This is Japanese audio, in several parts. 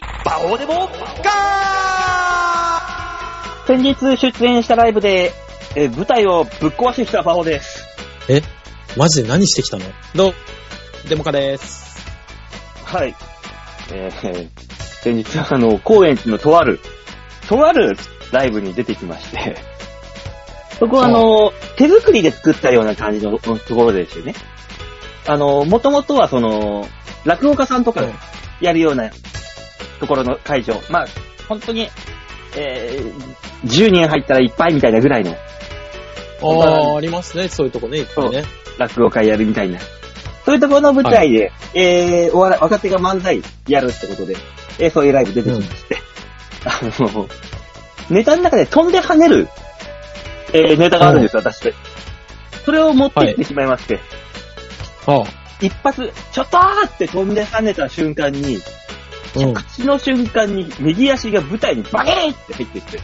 でも、ガー先日出演したライブで、えー舞台をぶっ壊してきた魔法です。えマジで何してきたのどうデモカです。はい。えー、先日、あの、高円寺のとある、とあるライブに出てきまして、そこはあの、手作りで作ったような感じのところですよね。あの、もともとはその、落語家さんとかやるようなところの会場。まあ、本当に、えー、10人入ったらいっぱいみたいなぐらいのああ、ありますね。そういうとこね、いっぱいね。落語会やるみたいな。そういうところの舞台で、えー、お笑い若手が漫才やるってことで、えーそういうライブ出てきまして、あの、ネタの中で飛んで跳ねる、えーネタがあるんですよ、私。それを持っていってしまいまして、ああ。一発、ちょっとーって飛んで跳ねた瞬間に、うん。口の瞬間に右足が舞台にバキーンって入ってきて、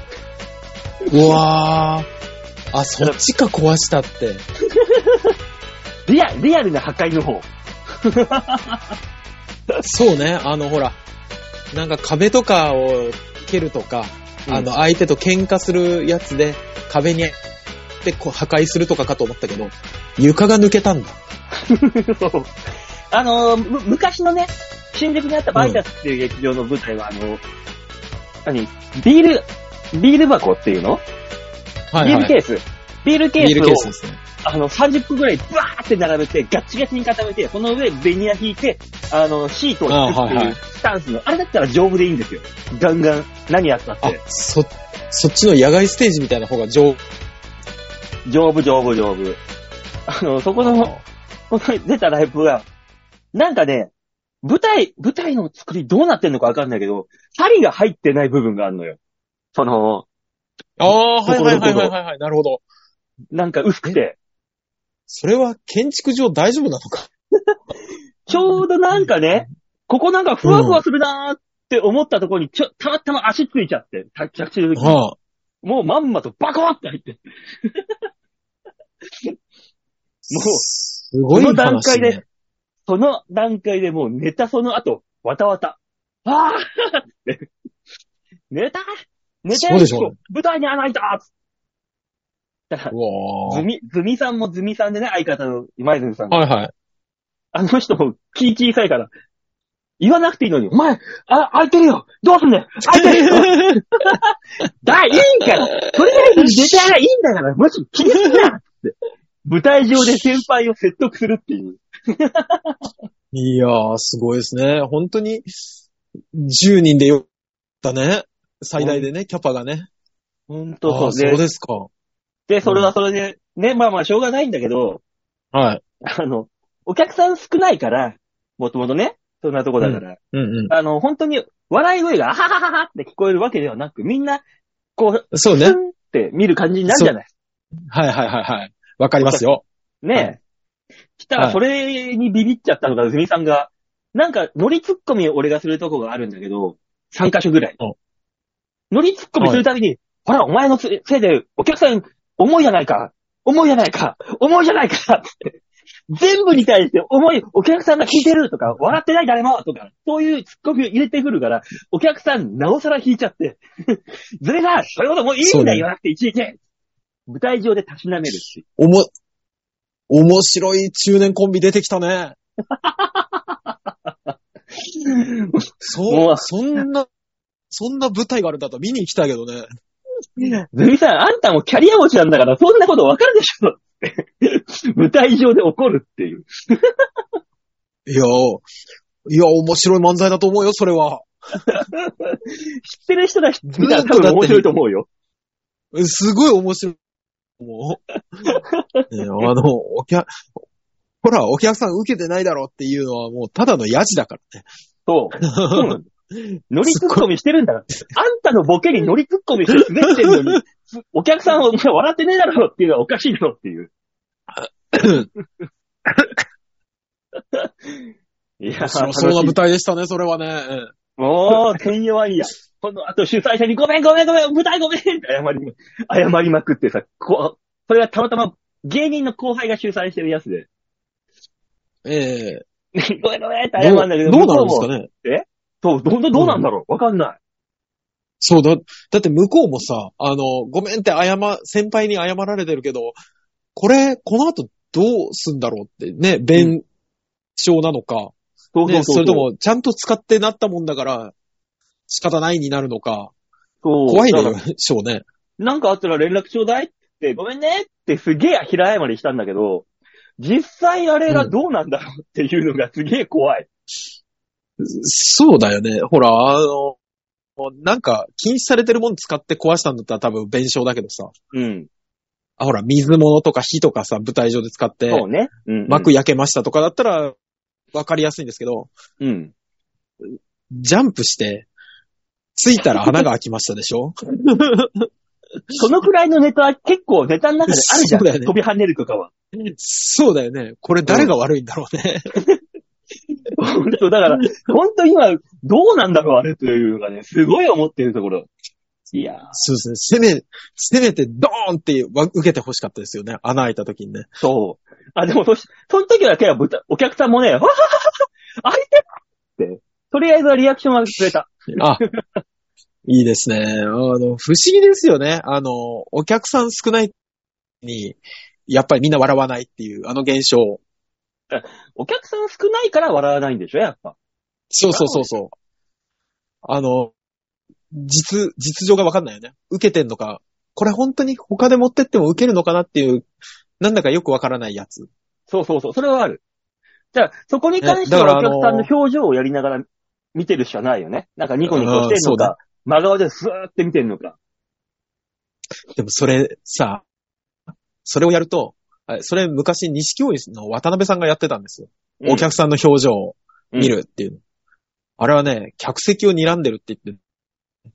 うわー。あ、そっちか壊したって。リアリアルな破壊の方。そうね。あの、ほら。なんか壁とかを蹴るとか、あの、相手と喧嘩するやつで、壁に、で、こう、破壊するとかかと思ったけど、床が抜けたんだ。 あのーむ昔のね、新宿にあったバイタスっていう劇場の舞台は、あの、何ビール、ビール箱っていうの、はい、はビールケい。ース。ビールケビールケーーススをですね。あの30分くらいバーって並べて、ガッチガチに固めて、その上ベニヤ引いて、あの、シートを敷くってあはいいはういスタンスの、あれだったら丈夫でいいんですよ。ガンガン、何やったっあて。、そ、そっちの野外ステージみたいな方が上、丈夫、丈夫、丈夫。あの、そこの、この出たライブが、なんかね、舞台、舞台の作りどうなってんのかわかんないけど、針が入ってない部分があるのよ。その、ああ、はいはいはいはいはいはい。なるほど。なんか薄くて。それは建築上大丈夫なのかちょうどなんかね、ここなんかふわふわするなーって思ったところに、ちょ、たまたま足ついちゃって、た着地の時、はあ。もうまんまとバコーって入 って、もうすごいこの段階話、でね。その段階でもう寝たその後、わたわた。あーって。 寝た寝てそうでしょうね舞台にはないとつったら、うわズミ、ズミさんもズミさんでね、相方の今泉さんあ。。はいはい。あの人もキーキーさいから、言わなくていいのに、お前、あ、開いてるよどうすんだよ開いてるよ だ、いいからとりあえず出たらいいんだから、もし気にすんなって。舞台上で先輩を説得するっていう。いやー、すごいですね。本当に、10人でよかったね。最大でね、キャパがね。本当ああそうそうね。ですか。で、それはそれで、ね、まあまあ、しょうがないんだけど、 はい。あの、お客さん少ないから、もともとね、そんなとこだから、うんうん。あの、本当に、笑い声が、あははははって聞こえるわけではなく、みんな、こう、そうふね。んって見る感じになるじゃないはいはいはいはい。わかりますよ。ねえ。したら、それにビビっちゃったのが、ズミさんが、なんか、乗りツッコミを俺がするとこがあるんだけど、3箇所ぐらいうん。乗りツッコミするたびに、ほら、お前のせせいで、お客さん、重いじゃないか重いじゃないか重いじゃないかって全部に対して、重い、お客さんが聞いてるとか、笑ってない誰もとか、そういうツッコミを入れてくるから、お客さん、なおさら引いちゃって、 ズミさん、そういうこともういいそんうだねよ、言わなくて、いちいち舞台上でたしなめるし。おも、面白い中年コンビ出てき たね。もそうう、そんな、そんな舞台があるんだったら見に行きたいけどね。ズミさん、あんたもキャリア持ちなんだから、そんなことわかるでしょって 舞台上で怒るっていう。いやー、いや、面白い漫才だと思うよ、それは。知ってる人だし、見たらずー多っとだ分面って白いと思うよ。すごい面白い。も う。ねあの、お客、ほら、お客さん受けてないだろうっていうのはもうただのヤジだからね。そう。そうなんです乗りツッコミしてるんだから。あんたのボケに乗りツッコミして滑ってるの に、お客さんはお前笑ってねえだろっていうのはおかしいだろって いう。 いやー、そうそうな楽しい舞台でしたね、それはね。うんもう、てんやわんや。この後主催者にごめんごめんごめん、舞台ごめんって謝り、謝りまくってさ、こう、それはたまたま芸人の後輩が主催してるやつで、 ええごめんごめんって謝るんだけど、ど向うどうなこるうんですもかねそう、ど、どどうなんだろうわかんない。そうだ、だって向こうもさ、あの、ごめんって謝、先輩に謝られてるけど、これ、この後どうすんだろうってね、弁償なのか、そね、それと、もちゃんと使ってなったもんだから、仕方ないになるのか、そう怖いだで からしょうね。なんかあったら連絡ちょうだいって、ごめんねってすげえ平謝りしたんだけど、実際あれがどうなんだろうっていうのがすげえ怖い。そうだよね。ほら、あの、なんか、禁止されてるもの使って壊したんだったら多分弁償だけどさ。うん。あ、ほら、水物とか火とかさ、舞台上で使って、そうね。うん、うん。幕焼けましたとかだったら、わかりやすいんですけど、うん。ジャンプして、着いたら穴が開きましたでしょ そのくらいのネタは結構ネタの中であるじゃん。そうだよね飛び跳ねるとかは。 そうだよね。これ誰が悪いんだろうね。本当だから、本当今、どうなんだろうあれというのがね、すごい思ってるところ。いやー、そうですね。せめ、せめてドーンってわ受けて欲しかったですよね。穴開いた時にね。そう。あ、でもそし、その時だけはぶたお客さんもね、わはははは開いてるって、とりあえずはリアクションはくれた。あ、いいですね。あの、不思議ですよね。あの、お客さん少ないに、やっぱりみんな笑わないっていう、あの現象。お客さん少ないから笑わないんでしょ、やっぱ。そうそうそうそう。あの、実、実情がわかんないよね。受けてんのか、これ本当に他で持ってっても受けるのかなっていう、なんだかよくわからないやつ。そうそうそう、それはある。じゃあ、そこに関してはねだかおら客さんの表情をやりながら見てるしかないよね。なんかニコニコしてうんんそうのだか、真顔でスーって見てんのか。でもそれさ、それをやると、あそれ昔西京院の渡辺さんがやってたんですよ。お客さんの表情を見るっていう、あれはね、客席を睨んでるって言って、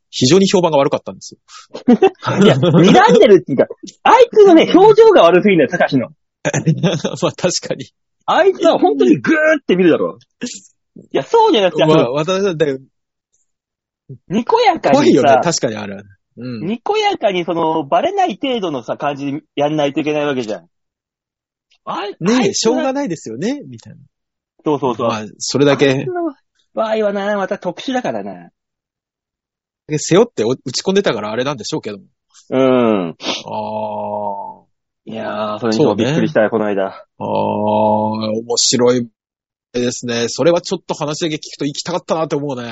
非常に評判が悪かったんですよ。 いや、睨んでるっていうか、あいつのね、表情が悪すぎんだよ、高橋の。 まあ確かに。あいつは本当にグーって見るだろ。いや、そうじゃなくて、あまあ、の、渡辺さんだけどにこやか怖いによねさ、、確かにあれはね。うん。にこやかにその、バレない程度のさ、感じでやんないといけないわけじゃん。あいあねいえ、つしょうのがないですよね、みたいな。そうそうそう。まあ、それだあいつ、けの場合はな、また特殊だからな。背負ってお打ち込んでたからあれなんでしょうけどうん。も。いやー、それにもびっくりしたよ、この間。ああ、ああ、面白いですね。それはちょっと話だけ聞くと行きたかったなって思うね。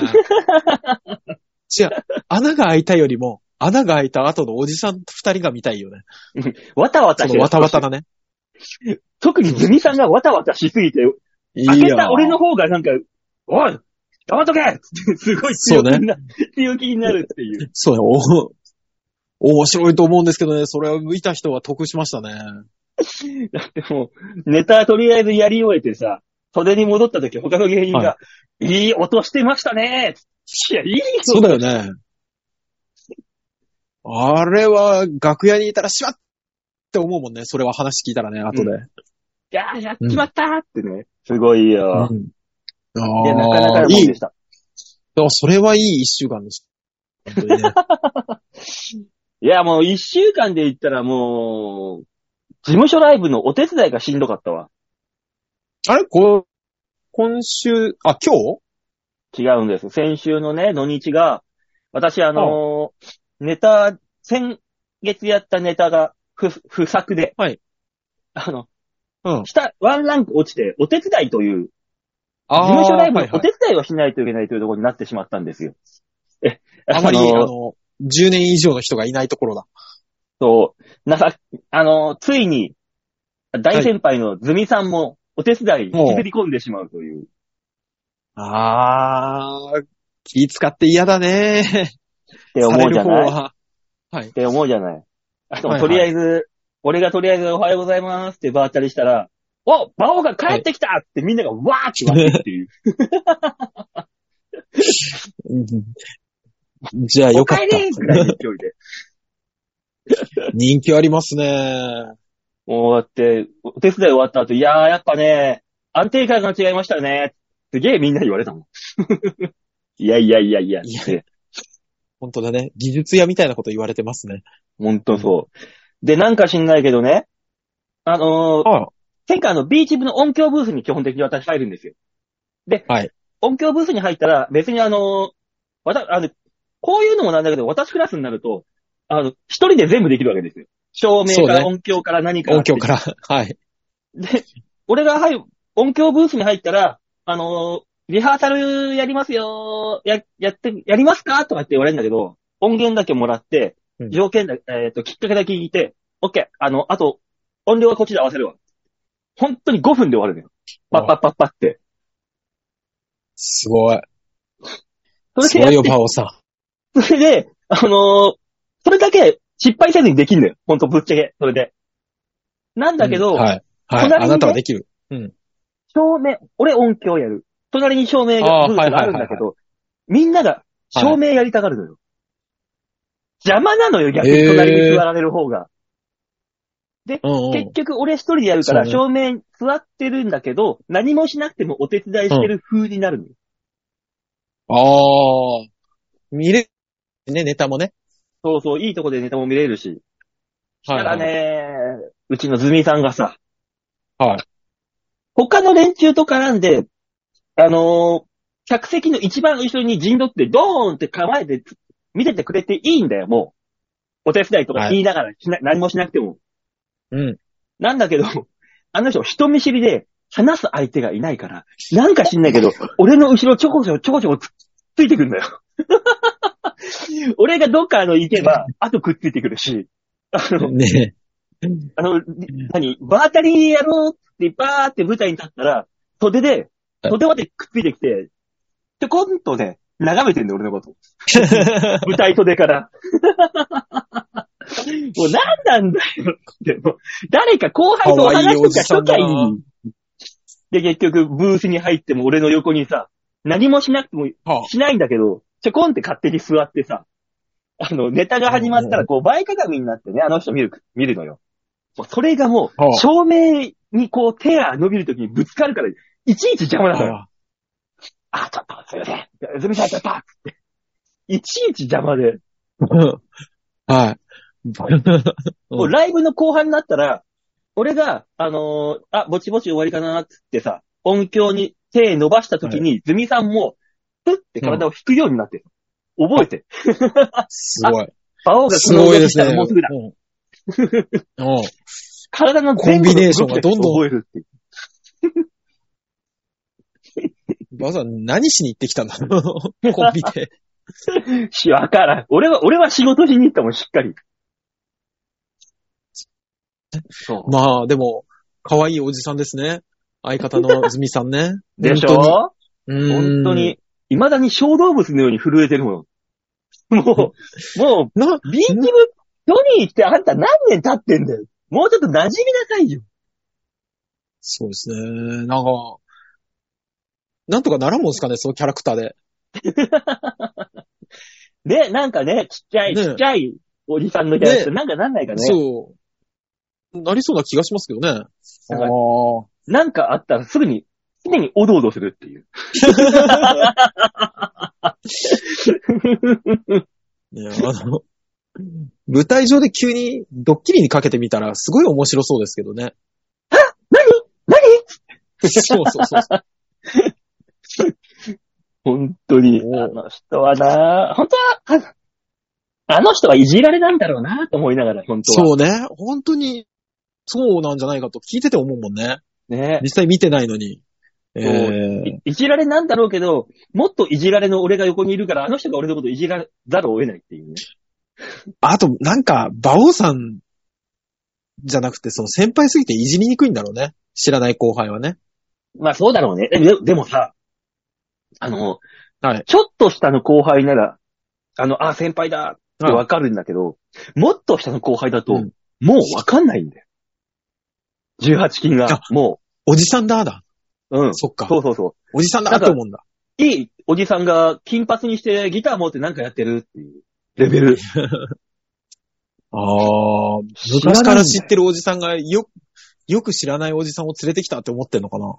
違う、穴が開いたよりも、穴が開いた後のおじさん二人が見たいよね。わたわたそしてのるわたわた。だね。特にズミさんがわたわたしすぎて、い開けやた俺の方がなんか、おい黙っとけってすごい強気にな、強気になるっていう。そうよ。お面白いと思うんですけどね、それを見た人は得しましたね。だってもう、ネタとりあえずやり終えてさ、袖に戻った時他の芸人が、、はいい音してましたねいや、いいそうだよね。あれは、楽屋にいたらしまっって思うもんね。それは話聞いたらね、後で。いやー、やっちまったーってね。すごいよ。いや、なかなかあのあ、もいんいで。した。でもそれはいい一週間です。本当にねいや、もう一週間で言ったらもう、事務所ライブのお手伝いがしんどかったわ。 あれこ今週、あ、今日違うんです。先週のね、土日が、私あのーネタ、先月やったネタが不、不作で。はい。あの、うん。下、ワンランク落ちて、お手伝いという、あ事務所ライブはのいはおい手伝いをしないといけないというところになってしまったんですよ。え、あまり、あのーの、10年以上の人がいないところだ。そう、なさ、あの、ついに、大先輩のズミさんもお手伝いに引きずり込んでしまうという。あー、気使って嫌だね。って思されうじるゃ方ないっは。て思うじゃない。あと、はいはいとりあえず、俺がとりあえずおはようございますってバーったりしたら、おバオが帰ってきたってみんながわーって笑ってっていう。うんじゃあ よおかっ帰た。りぐらいの勢いで。 人気ありますね。もうだって、お手伝い終わった後、いやーやっぱね、安定感が違いましたね。すげえみんな言われたもん。 いやいやいやいや。いや本当だね。技術屋みたいなこと言われてますね。ほんとそう。で、なんか知んないけどね、あのー、あ前回あのビーチ部の音響ブースに基本的に私入るんですよ。で、はい音響ブースに入ったら、別にあのー、わた、あの、こういうのもなんだけど、私クラスになると、あの、一人で全部できるわけですよ。照明かそうねら音響から何から。音響から。はい。で、俺が入る、音響ブースに入ったら、あのーリハーサルやりますよーや、やって、やりますかとかって言われるんだけど、音源だけもらってう、ん条件だ、えっ、と、きっかけだけ聞いて、オッケー、あの、あと、音量はこっちで合わせるわ。本当に5分で終わるのよ。パッパッパッパって。すごい。そすれごいでよ、パオさん。や、それで、あのーそれだけ失敗せずにできんのよ。ほんと、ぶっちゃけ。それで。なんだけど、うんはい。は隣い。にねあなたはできる。照明、俺音響やる。隣に照明が、あーブースがあるんだけど、みんなが照明やりたがるのよ。邪魔なのよ、逆にへー隣に座られる方が。うんうん。結局俺一人でやるから、そ照明座ってるんだけど、何もしなくてもお手伝いしてる風になるのよ。ああ。見れ、ね、ネタもね。そうそう、いいとこでネタも見れるし。はたい。だね、うちのズミさんがさ、はい。他の連中と絡んで、あのー客席の一番後ろに陣取って、ドーンって構えてつ、見ててくれていいんだよ、もう。お手伝いとか言いながらしな、何もしなくても。うん。なんだけど、あの人人見知りで、話す相手がいないから、なんか知んないけど、俺の後ろちょこちょこちょこちょこつついてくんだ よ。俺がどっかあの行けば、あとくっついてくるし、あの、ねあの、何バータリーやろうって、バーって舞台に立ったら、袖で、袖までくっついてきて、ちょこんとね、眺めてんだよ、俺の こと。舞台袖から。 もう何なんだよって。もう誰か後輩とお話とかしときゃい可愛いおい。で、結局、ブースに入っても俺の横にさ、何もしなくてもはしないんだけど、ちょこんって勝手に座ってさ、あの、ネタが始まったら、こう、前かがみになってね、あの人見る、見るのよ。もうそれがもはう、あ照明にこう、手が伸びるときにぶつかるから、いちいち邪魔なのよ。あ。あ、ちょっと、すいません。ズミさん、ちょっと、つって。いちいち邪魔で、はい。もうライブの後半になったら、俺が、あのーあ、ぼちぼち終わりかな、つってさ、音響に手伸ばしたときに、ズミさんも、ふって体を引くようになってる、覚えて。すごい。馬王がすこのごい動できしすたらね。もうすぐだ。うんうん体のコンビネーションがどんどん覚えるっていう。ばあさん、何しに行ってきたんだろうコンビで。し、わからん。俺は、俺は仕事しに行ったもん、しっかり。そ まあ、でも、可愛いおじさんですね。相方のズミさんね。う。 でしょ本当に。本当うに。未だに小動物のように震えてるもん。 もう、もーん。な、う、ビーチ部、トニーってあんた何年経ってんだよ。もうちょっと馴染みなさいよ。そうですね。なんか、なんとかならんもんですかね、そのキャラクターで。で、なんかね、ちっちゃい、ねちっちゃいおじさんのキャラクターねなんかなんないかね。そう。なりそうな気がしますけどね。なんかあ。なんかあったらすぐに、常におどおどするっていう。いや、あの、舞台上で急にドッキリにかけてみたら、すごい面白そうですけどね。何そうそうそうそう。本当に。おあの人はな、本当は、ああの人はいじられなんだろうなと思いながら、本当は。 そうね。本当に、そうなんじゃないかと聞いてて思うもんね。ね実際見てないのに。えうー、い。いじられなんだろうけど、もっといじられの俺が横にいるから、あの人が俺のこといじらざるを得ないっていうね。あと、なんか、馬王さんじゃなくて、その先輩すぎていじりにくいんだろうね。知らない後輩はね。まあそうだろうね。えででもさ、あの、はいちょっと下の後輩なら、あの、あ、先輩だってわかるんだけど、もっと下の後輩だと、うんもうわかんないんだよ。18金があ、もおじさんだ、だ。う、うん。そっか。そうそうそう。おじさんだって思うんだ。いいおじさんが金髪にしてギター持ってなんかやってるっていうレベル。ああ、知昔から知らないんだよってるおじさんがよ、よく知らないおじさんを連れてきたって思ってんのかな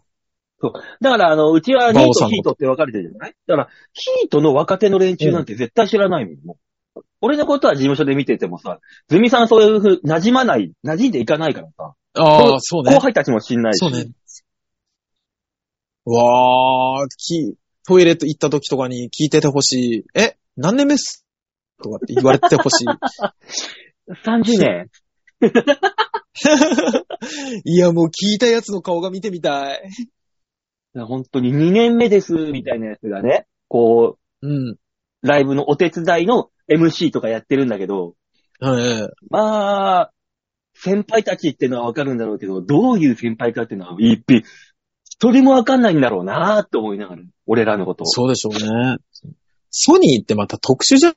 だから、あの、うちはニ馬ー王さト、んのヒートって分かれてるじゃないだから、ヒートの若手の連中なんて絶対知らないもん。もう俺のことは事務所で見ててもさ、ズミさんそういうふう、馴染まない、馴染んでいかないからさ、ああ、そう後ね。輩たちも知んないし。そうね。わあ、き、トイレと行った時とかに聞いててほしい。え、何年目っすとかって言われてほ しい。 30年。いや、もう聞いたやつの顔が見てみたい。本当に2年目です、みたいなやつがね、こうん。う、ライブのお手伝いの MC とかやってるんだけど、はい。まあ、先輩たちってのはわかるんだろうけど、どういう先輩かっていうのは、一匹、一人もわかんないんだろうなーって思いながら、俺らのことを。そうでしょうね。ソニーってまた特殊じゃん。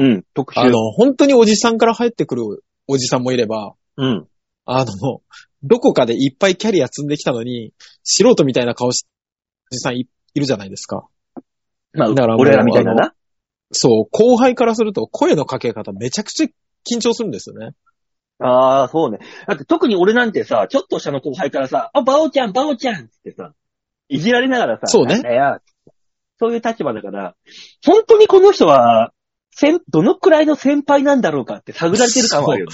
うん、特あ集。の、本当におじさんから入ってくるおじさんもいれば、うん。あの、どこかでいっぱいキャリア積んできたのに、素人みたいな顔して、おじさんいいるじゃないですか。まあ、だからもう俺らみたいなあな。そう、後輩からすると声のかけ方めちゃくちゃ緊張するんですよね。ああ、そうね。だって特に俺なんてさ、ちょっと下の後輩からさ、あ、バオちゃん、バオちゃんっつってさ、いじられながらさ、そうねなんだよそういう立場だから、本当にこの人は、先、どのくらいの先輩なんだろうかって探られてる感はあるよね。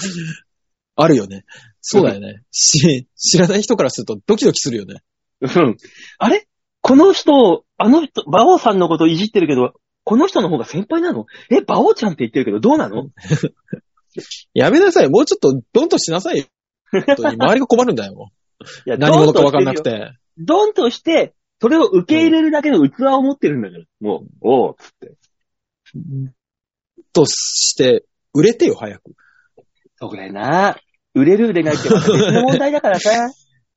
あるよね。そうだよね。し、知らない人からするとドキドキするよね。うん。あれこの人、あの人、バオさんのこといじってるけど、この人の方が先輩なのえ、バオちゃんって言ってるけど、どうなのやめなさい。もうちょっとドンとしなさいよ。本当に周りが困るんだよ。い や何者かわかんなドンとく。してるよて。ドンとして、それを受け入れるだけの器を持ってるんだから。もう、おう、つって。として、売れてよ、早く。そこだよな。売れる売れないってまた別の問題だからさ。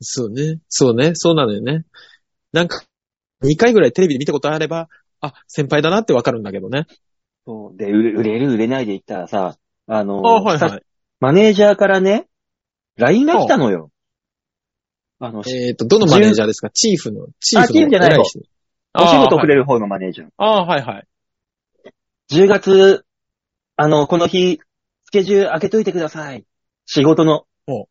そうね。そうね。そうなのよね。なんか、2回ぐらいテレビで見たことあれば、あ、先輩だなってわかるんだけどね。 そうで、売れ売れる売れないで言ったらさ、あの、あはいはさマネージャーからね、LINE が来たのよ。あの、い。えっ、と、どのマネージャーですかチーフの、チーフの。あチーフじゃない偉人お仕事あーくれる方のマネージャー。あー、はいはい。 10月、あの、この日、スケジュール開けといてください。仕事のお。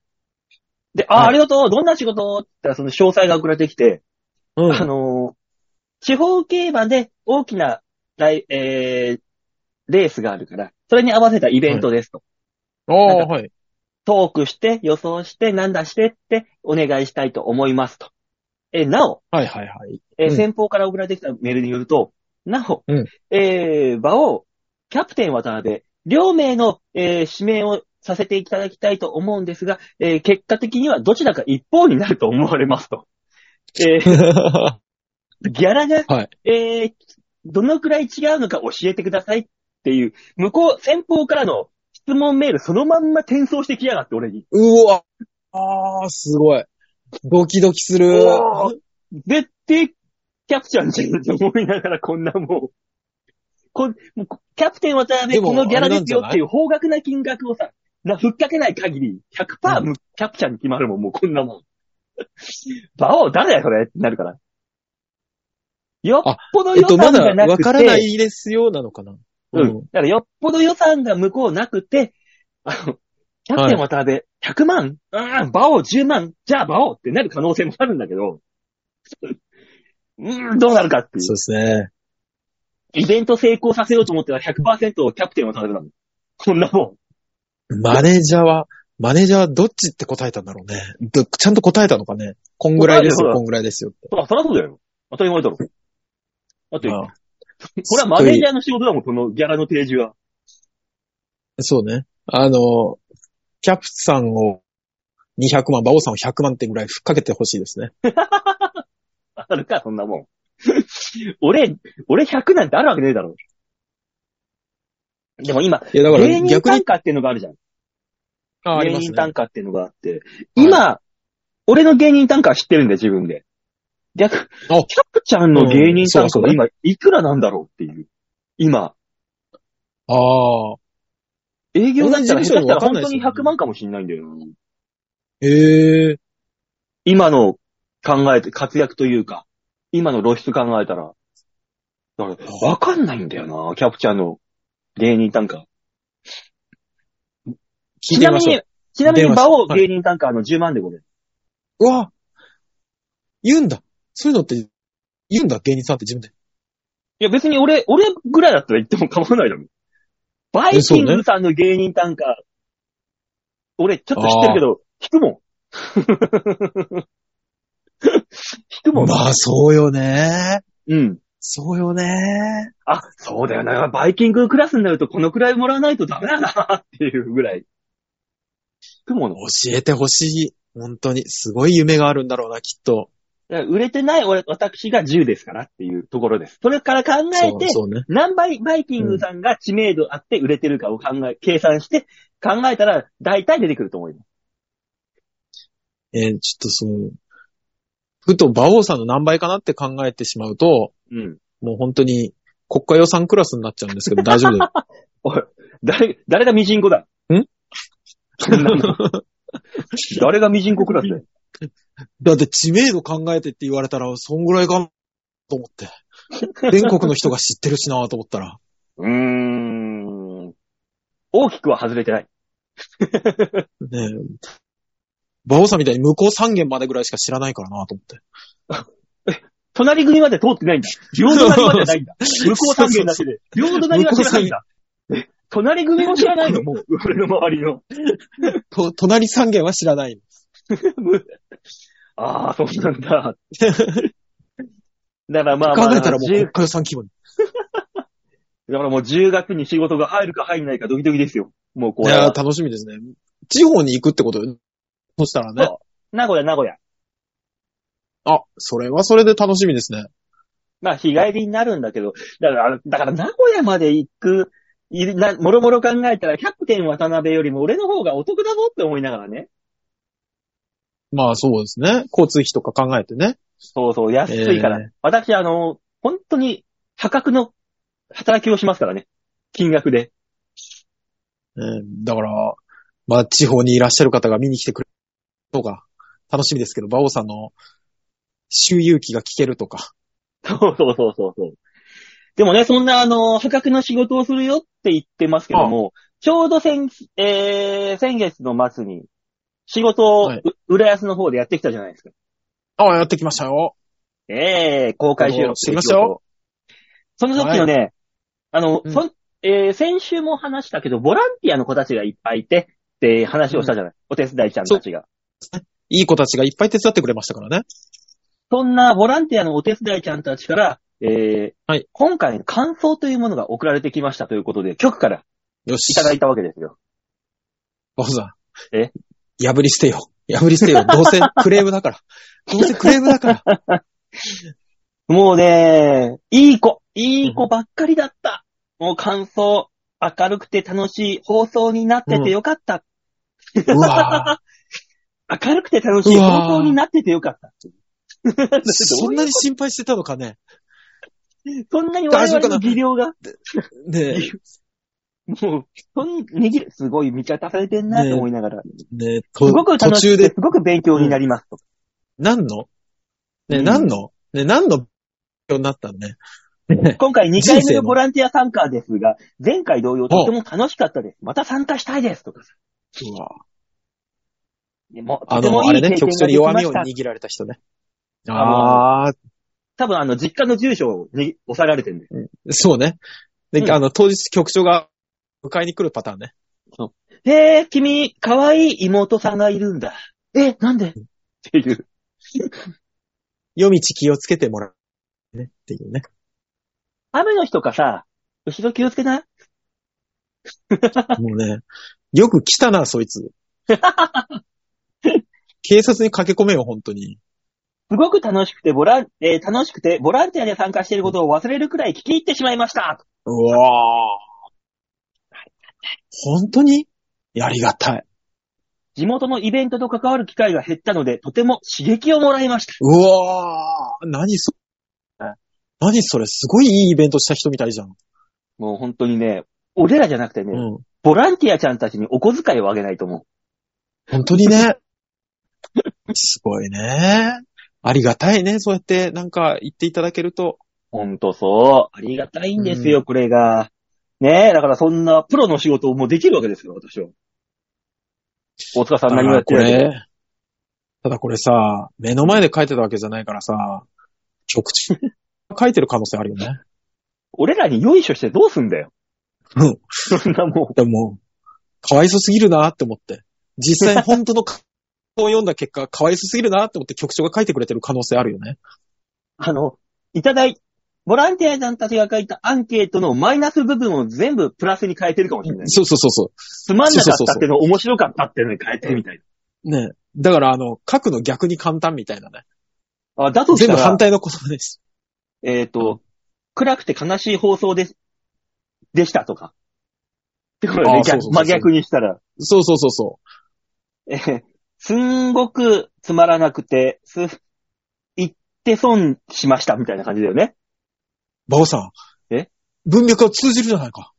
で、あ、はいありがとうどんな仕事って言ったらその詳細が送られてきて、うん。あのー地方競馬で大きなライ、えー、レースがあるから、それに合わせたイベントですと。ああ、はい。トークして、予想して、なんだしてってお願いしたいと思いますと。えーなお、はいはいはい。えーうん先方から送られてきたメールによると、なお、うんえー、馬王、キャプテン渡辺、両名の、えー指名をさせていただきたいと思うんですが、えー結果的にはどちらか一方になると思われますと。えーギャラが、はいえーどのくらい違うのか教えてくださいっていう、向こう、先方からの質問メールそのまんま転送してきやがって、俺に。 うわ。ああ、すごい。ドキドキする。おー絶対、キャプチャーじゃんって思いながらこんなもう、こもうキャプテン渡辺でもこのギャラですよっあれなんじゃなていいう方角な金額をさ、な、ふっかけない限り、100%、うキャプチャーに決まるもん、もうこんなもん。バオ、誰だよ、それってなるから。よっぽどえっ予と、ま算だがなわくて、からないですよ、なのかな。うん。だからよっぽど予算が向こうなくて、あの、キャプテン渡辺、100万うん、バオ10万じゃあバオってなる可能性もあるんだけど、 うん、どうなるかっていそう。うですね。イベント成功させようと思っては100%をキャプテン渡辺なの。こんなもん。マネージャーは、マネージャーはどっちって答えたんだろうね。どちゃんと答えたのかね。こんぐらいです答えよ、るよこんぐらいですよって。あ、そりゃそうだよ。当たり前だろ。だって、ああこれはマネージャーの仕事だもん、このギャラの提示は。そうね。あの、キャプさんを200万、バオさんを100万ってぐらいふっかけてほしいですね。あるか、そんなもん。 俺、俺100なんてあるわけねえだろ。でも今、いや、だから芸人逆単に、価っていうのがあるじゃん。ああり芸ます人ね単。価っていうのがあって、今、俺の芸人単価は知ってるんだよ、自分で。逆、キャプちゃんの芸人単価が今、いくらなんだろうっていう。今、ああ。営業だったら下同じ事務所手したらわかん本ないで当すよにね100万かもしんないんだよな。ええ今の考えて、活躍というか、今の露出考えたら、だからわかんないんだよな、キャプちゃんの芸人単価。聞いてみましちなみょう。に、ちなみに、電話し場をはい芸人単価あの10万でごめん。うわ言うんだそういうのって、言うんだ芸人さんって自分で。いや別に俺、俺ぐらいだったら言っても構わないだろ。バイキングさんの芸人単価、俺ちょっと知ってるけど、引くもん。引くもん。 まあ、そうよね。うん。そうよね。あ、そうだよな。バイキングクラスになるとこのくらいもらわないとダメだな、っていうぐらい。雲の。い教えてほしい。本当に。すごい夢があるんだろうな、きっと。や売れてない俺私が10ですからっていうところです。それから考えそうて、そうね。何倍バイキングさんが知名度あって売れてるかを考え、計算して考えたら大体出てくると思います。えーちょっとその、ふと馬王さんの何倍かなって考えてしまうと、うん。もう本当に国家予算クラスになっちゃうんですけど、大丈夫だよおい、誰、誰がミジンコだんそんなの 誰がミジンコクラスだよ。 だって知名度考えてって言われたら、そんぐらいかなと思って。全国の人が知ってるしなと思ったら。うーん。大きくは外れてない。ねえ。馬王さんみたいに向こう3軒までぐらいしか知らないからなと思って。隣組まで通ってないんだ。両隣までないんだ。向こう三軒だ けで。両隣は知らないんだ。え隣組も知らないのもう、俺の周り の。と、隣3軒は知らない。ああ、そうなん だ。だからまあまあ、考えたらも10う国家予算規模に。だからもう10月に仕事が入るか入んないかドキドキですよ。もうこ。いうやー、楽しみですね。地方に行くってことよそしたらねそ。名古屋、名古屋。あ、それはそれで楽しみですね。まあ、日帰りになるんだけど、だから、あのだから名古屋まで行く、いるな、もろもろ考えたら、キャプテン渡辺よりも俺の方がお得だぞって思いながらね。まあそうですね。交通費とか考えてね。そうそう、安いから。ええ私、あの、本当に破格の働きをしますからね。金額で。えーだから、まあ地方にいらっしゃる方が見に来てくれるとか、楽しみですけど、馬王さんの周遊記が聞けるとか。そうそうそうそうそう。でもね、そんな、あの、破格の仕事をするよって言ってますけども、ちょうど先、えー、先月の末に、仕事を、はいう浦安の方でやってきたじゃないですか。ああ、やってきましたよ。ええ公開収録。してきましたよ。その時のね、あの、うんそんえー先週も話したけど、ボランティアの子たちがいっぱいいて、って話をしたじゃない、お手伝いちゃんたちが。いい子たちがいっぱい手伝ってくれましたからね。そんなボランティアのお手伝いちゃんたちから、えーはい今回の感想というものが送られてきましたということで、局からよし。いただいたわけですよ。馬王さん。え破り捨てよ。破り捨てよ。どうせクレームだ から。どうせクレームだから。もうね、いい子、いい子ばっかりだった。もう感想、明るくて楽しい放送になっててよかった。うわ明るくて楽しいうわー放送になっててよかった。 ぁそんなに心配してたのかね。そんなに我々の技量が、ねえ。もう、そんにぎる、すごい見方されてんなって思いながら、ねえ、とすごく途楽し中くて、、ですごく勉強になりますと。何のねえ、うん何のねえ、何のになったんね。今回2回人目生ののボランティア参加ですが、前回同様とても楽しかったです。また参加したいですとかさ。うわでもうあとての、もあいれい経ね、験がで局所にき弱まみをした。握られた人ね。あああ、多分あの、実家の住所に押さえられてるんで。そうね。で、うんあの、当日局長が迎えに来るパターンね。へえ、君、可愛い妹さんがいるんだ。え、なんでっていう。夜道気をつけてもらう。ね、ってい うね。雨の日とかさ、後ろ気をつけないもうね、よく来たな、そ いつ。警察に駆け込めよ、本当に。すごく楽しくて、ボラン、えー楽しくて、ボランティアで参加していることを忘れるくらい聞き入ってしまいました。うわ本当にやりがたい。地元のイベントと関わる機会が減ったので、とても刺激をもらいました。うわー何そ、何それ、すごいいいイベントした人みたいじゃん。もう本当にね、俺らじゃなくてね、うん。ボランティアちゃんたちにお小遣いをあげないと思う。本当にね。すごいね。ありがたいね。そうやってなんか言っていただけると。ほんとそう。ありがたいんですよ、これが。ねえ、だからそんなプロの仕事をもうできるわけですよ、私は。大塚さん何もやってないけど。これただこれさ、目の前で書いてたわけじゃないからさ、直中書いてる可能性あるよね。俺らによいしょしてどうすんだよ。うん。そんなもでも、かわいそすぎるなって思って。実際本当の感想を読んだ結果、かわいそすぎるなって思って局長が書いてくれてる可能性あるよう、ね。あの、いただい、ボランティアさんたちが書いたアンケートのマイナス部分を全部プラスに変えてるかもしれない。そうそうそうそつまんなかったっていうのを面白かったっていうのに変えてみたいな。う。ねだから、あの、書くの逆に簡単みたいなね。あ、だとし全た部ら反、対の言葉です。えっ、と、暗くて悲しい放送です、でしたとか。ってことよねあ、そうそうそ逆う真逆にしたら。そうそうそうそえーすんごくつまらなくて、す、言って損しましたみたいな感じだよね。う。バオさん。え文脈は通じるじゃないか。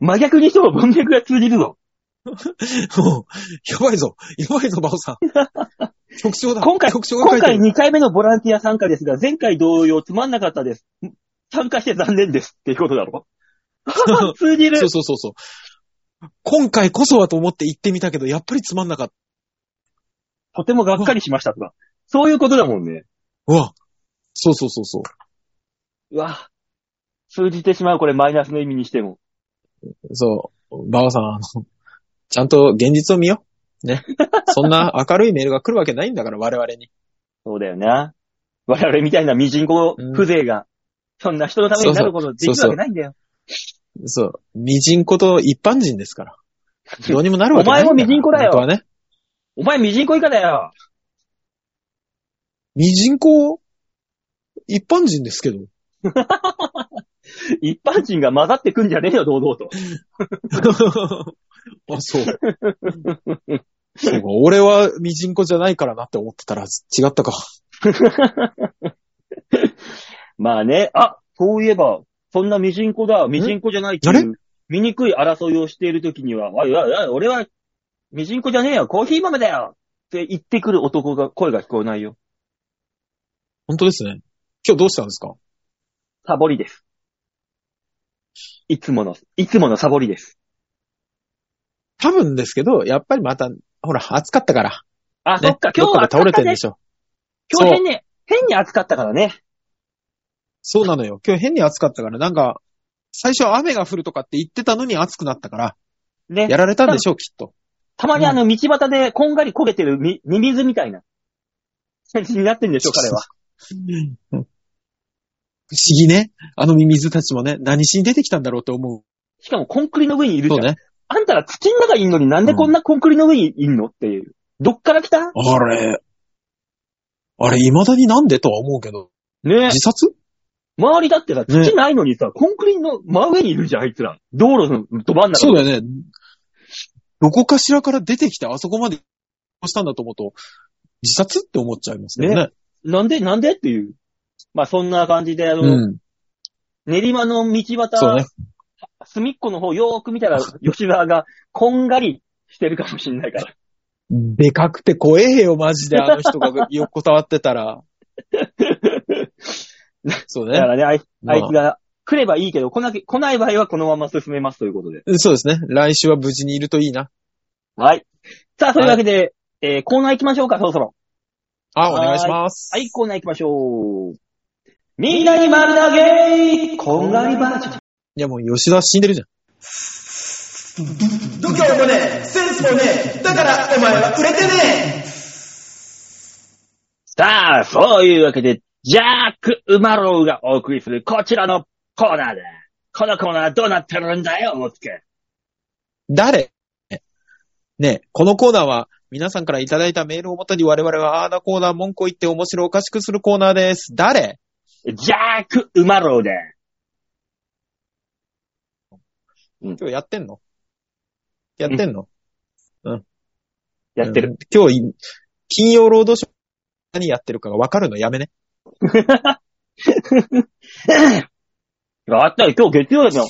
真逆にしても文脈が通じるぞ。うんやばいぞ。やばいぞ、バ オさん。局長だ。今回局長が書今いて回る。 2回目のボランティア参加ですが、前回同様つまんなかったです。ん参加して残念ですっていうことだ ろ通じるそう。そうそうそう。今回こそはと思って行ってみたけど、やっぱりつまんなかった。とてもがっかりしましたとか。そういうことだもんね。うわ。そうそうそうそうわ。通じてしまう、これマイナスの意味にしても。う。そう。バオさん、あの、ちゃんと現実を見よ う。ね。そんな明るいメールが来るわけないんだから、我々に。そうだよな。我々みたいなミジンコ風情が、そんな人のためになることできるわけないんだよ。そう。ミジンコと一般人ですから。どうにもなるわけないんだお前もから。ミジンコだよ本当はね。お前ミジンコ以下だよ。ミジンコ、一般人ですけど。 一般人が混ざってくんじゃねえよ、堂々と。 あ、そう。そうか俺はミジンコじゃないからなって思ってたら違ったか。 まあね、あ、そういえば、そんなミジンコだ、ミジンコじゃないってあいれう、醜い争いをしているときには、おいおいおい、俺は、ミジンコじゃねえよ、コーヒー豆だよって言ってくる男が、声が聞こえないよ。本当ですね。今日どうしたんですかサボりです。いつもの、いつものサボりです。多分ですけど、やっぱりまた、ほら、暑かったから。あ、そねっか、今日どっかはで暑か倒れってたるんねで。しょ。今日変そに、変に暑かったからね。そうなのよ。今日変に暑かったから、なんか、最初雨が降るとかって言ってたのに暑くなったから、ねや。られたんでしょう、きっと。たまにあの、道端でこんがり焦げてるみ、ミミズみたいな 感じになってんでしょ、 彼は。不思議ね。あのミミズたちもね、何しに出てきたんだろうと思う。しかもコンクリの上にいるじそゃ。うんね。あんたら土の中にいんのになんでこんなコンクリの上にいんのっていう。どっから来たあれ、あれ、未だになんでとは思うけど、ね自殺周りだってさ、ね土ないのにさ、コンクリの真上にいるじゃん、あいつら。道路のど真ん中そうだよね。どこかしらから出てきてあそこまでしたんだと思うと、自殺って思っちゃいますよね。ねなんで、なんでっていう。まあ、そんな感じで、あの、うん。練馬の道端、そうね。隅っこの方よーく見た ら、吉沢がこんがりしてるかもしんないから。でかくて怖えよ、マジで、あの人が横たわってたら。そうだからね。ね、あいまああいつが来ればいいけど、来なき来ない場合はこのまま進めますということで。そうですね。来週は無事にいるといいな。はい。さあ、そういうわけで、えー、コーナー行きましょうか、そろそろ。あ、お願いします。はい、コーナー行きましょう。みんなに丸投げこんがりバージョン。いや、もう吉田死んでるじゃん。度胸もねえ、センスもねえ、だからお前は売れてねえさあ、そういうわけで、ジャーク・ウマロウがお送りするこちらのコーナーだ。このコーナーどうなってるんだよ、大塚。誰ねえ、このコーナーは皆さんからいただいたメールをもとに我々はあーだコーナー文句を言って面白おかしくするコーナーです。誰ジャーク・ウマロウだ。今日やってんのやってんのやってる。うん今日い、金曜ロードショー何やってるかがわかるのやめね。やったよ、今日月曜だよ。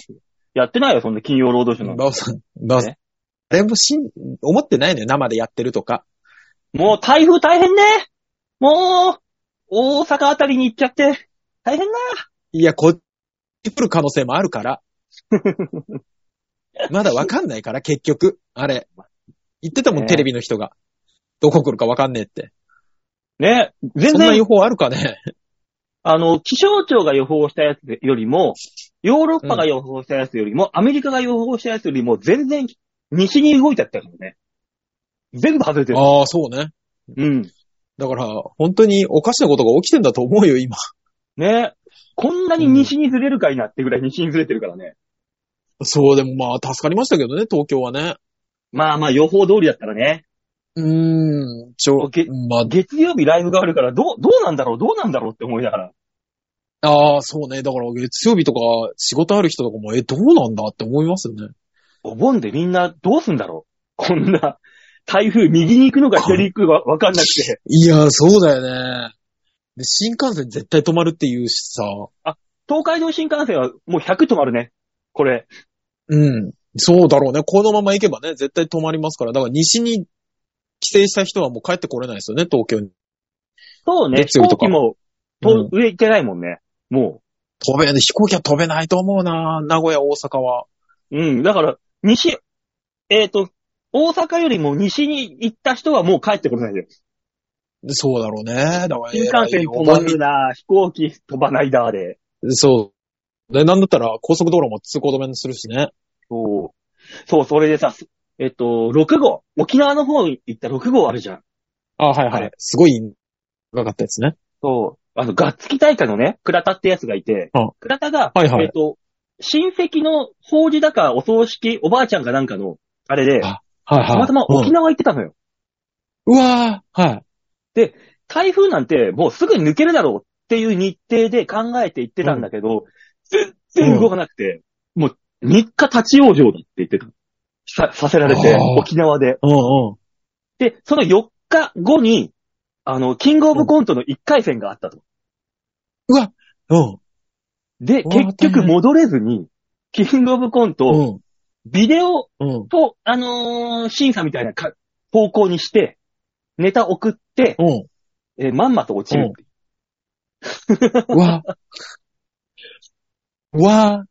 やってないよ、そんな金曜ロードショーの。バオさん、バオさんえ。誰もしん、思ってないのよ。生でやってるとか。もう台風大変ね。もう、大阪あたりに行っちゃって、大変な。いや、こっちに来る可能性もあるから。まだわかんないから、結局。あれ。言ってたもん、ねテレビの人が。どこ来るかわかんねえって。ね、全そんな然予、報あるかね。あの、気象庁が予報したやつよりも、ヨーロッパが予報したやつよりも、アメリカが予報したやつよりも、全然、西に動いちゃったからね。全部外れてる。ああ、そうね。うん。だから、本当におかしなことが起きてんだと思うよ、今。 ね。こんなに西にずれるかいなってぐらい西にずれてるからね。そう、でもまあ、助かりましたけどね、東京はね。まあまあ予報通りだったらね。うーん、ちょげ、まあ、月曜日ライブがあるから、どう、どうなんだろうどうなんだろうって思いながら。ああ、そうね。だから月曜日とか仕事ある人とかも、え、どうなんだって思いますよね。お盆でみんなどうすんだろうこんな、台風右に行くのか左に行くのかわかんなく て。いや、そうだよね。で、新幹線絶対止まるって言うしさ。東海道新幹線はもう100止まるね。これ。うん。そうだろうね。このまま行けばね、絶対止まりますから。だから西に帰省した人はもう帰ってこれないですよね、東京に。そうね、飛月曜日と行か機も、と上行けないもんね。も飛べ、飛行機は飛べないと思うな名古屋、大阪は。う。うん。だから、西、えっ、と、大阪よりも西に行った人はもう帰ってこれないよ。そうだろうね。だから新幹線止まるな、飛行機飛ばないだ、で。そう。で、なんだったら高速道路も通行止めにするしね。そう。そう、それでさ、すえっと、6号。沖縄の方に行った6号あるじゃん。あ、はいはい。すごい、長かったですね。そう。あの、ガッツキ大会のね、倉田ってやつがいてうん、倉田が、はいはいえっと、親戚の法事だかお葬式、おばあちゃんかなんかの、あれで、あはいはい。たまたま沖うん縄行ってたのよ。うわーはい。台風なんてもうすぐに抜けるだろうっていう日程で考えて行ってたんだけど、全然動かなくて、もう3日立ち往生だって言ってた。さ、させられてあ、ー沖縄で。うんうん。で、その4日後に、あの、キングオブコントの1回戦があったと。うん。で、うわー結局戻れずに、キングオブコント、うん。ビデオうん。と、あのー審査みたいなか方向にして、ネタ送って、うん。えーまんまと落ちるっていう。うわ。 うわ。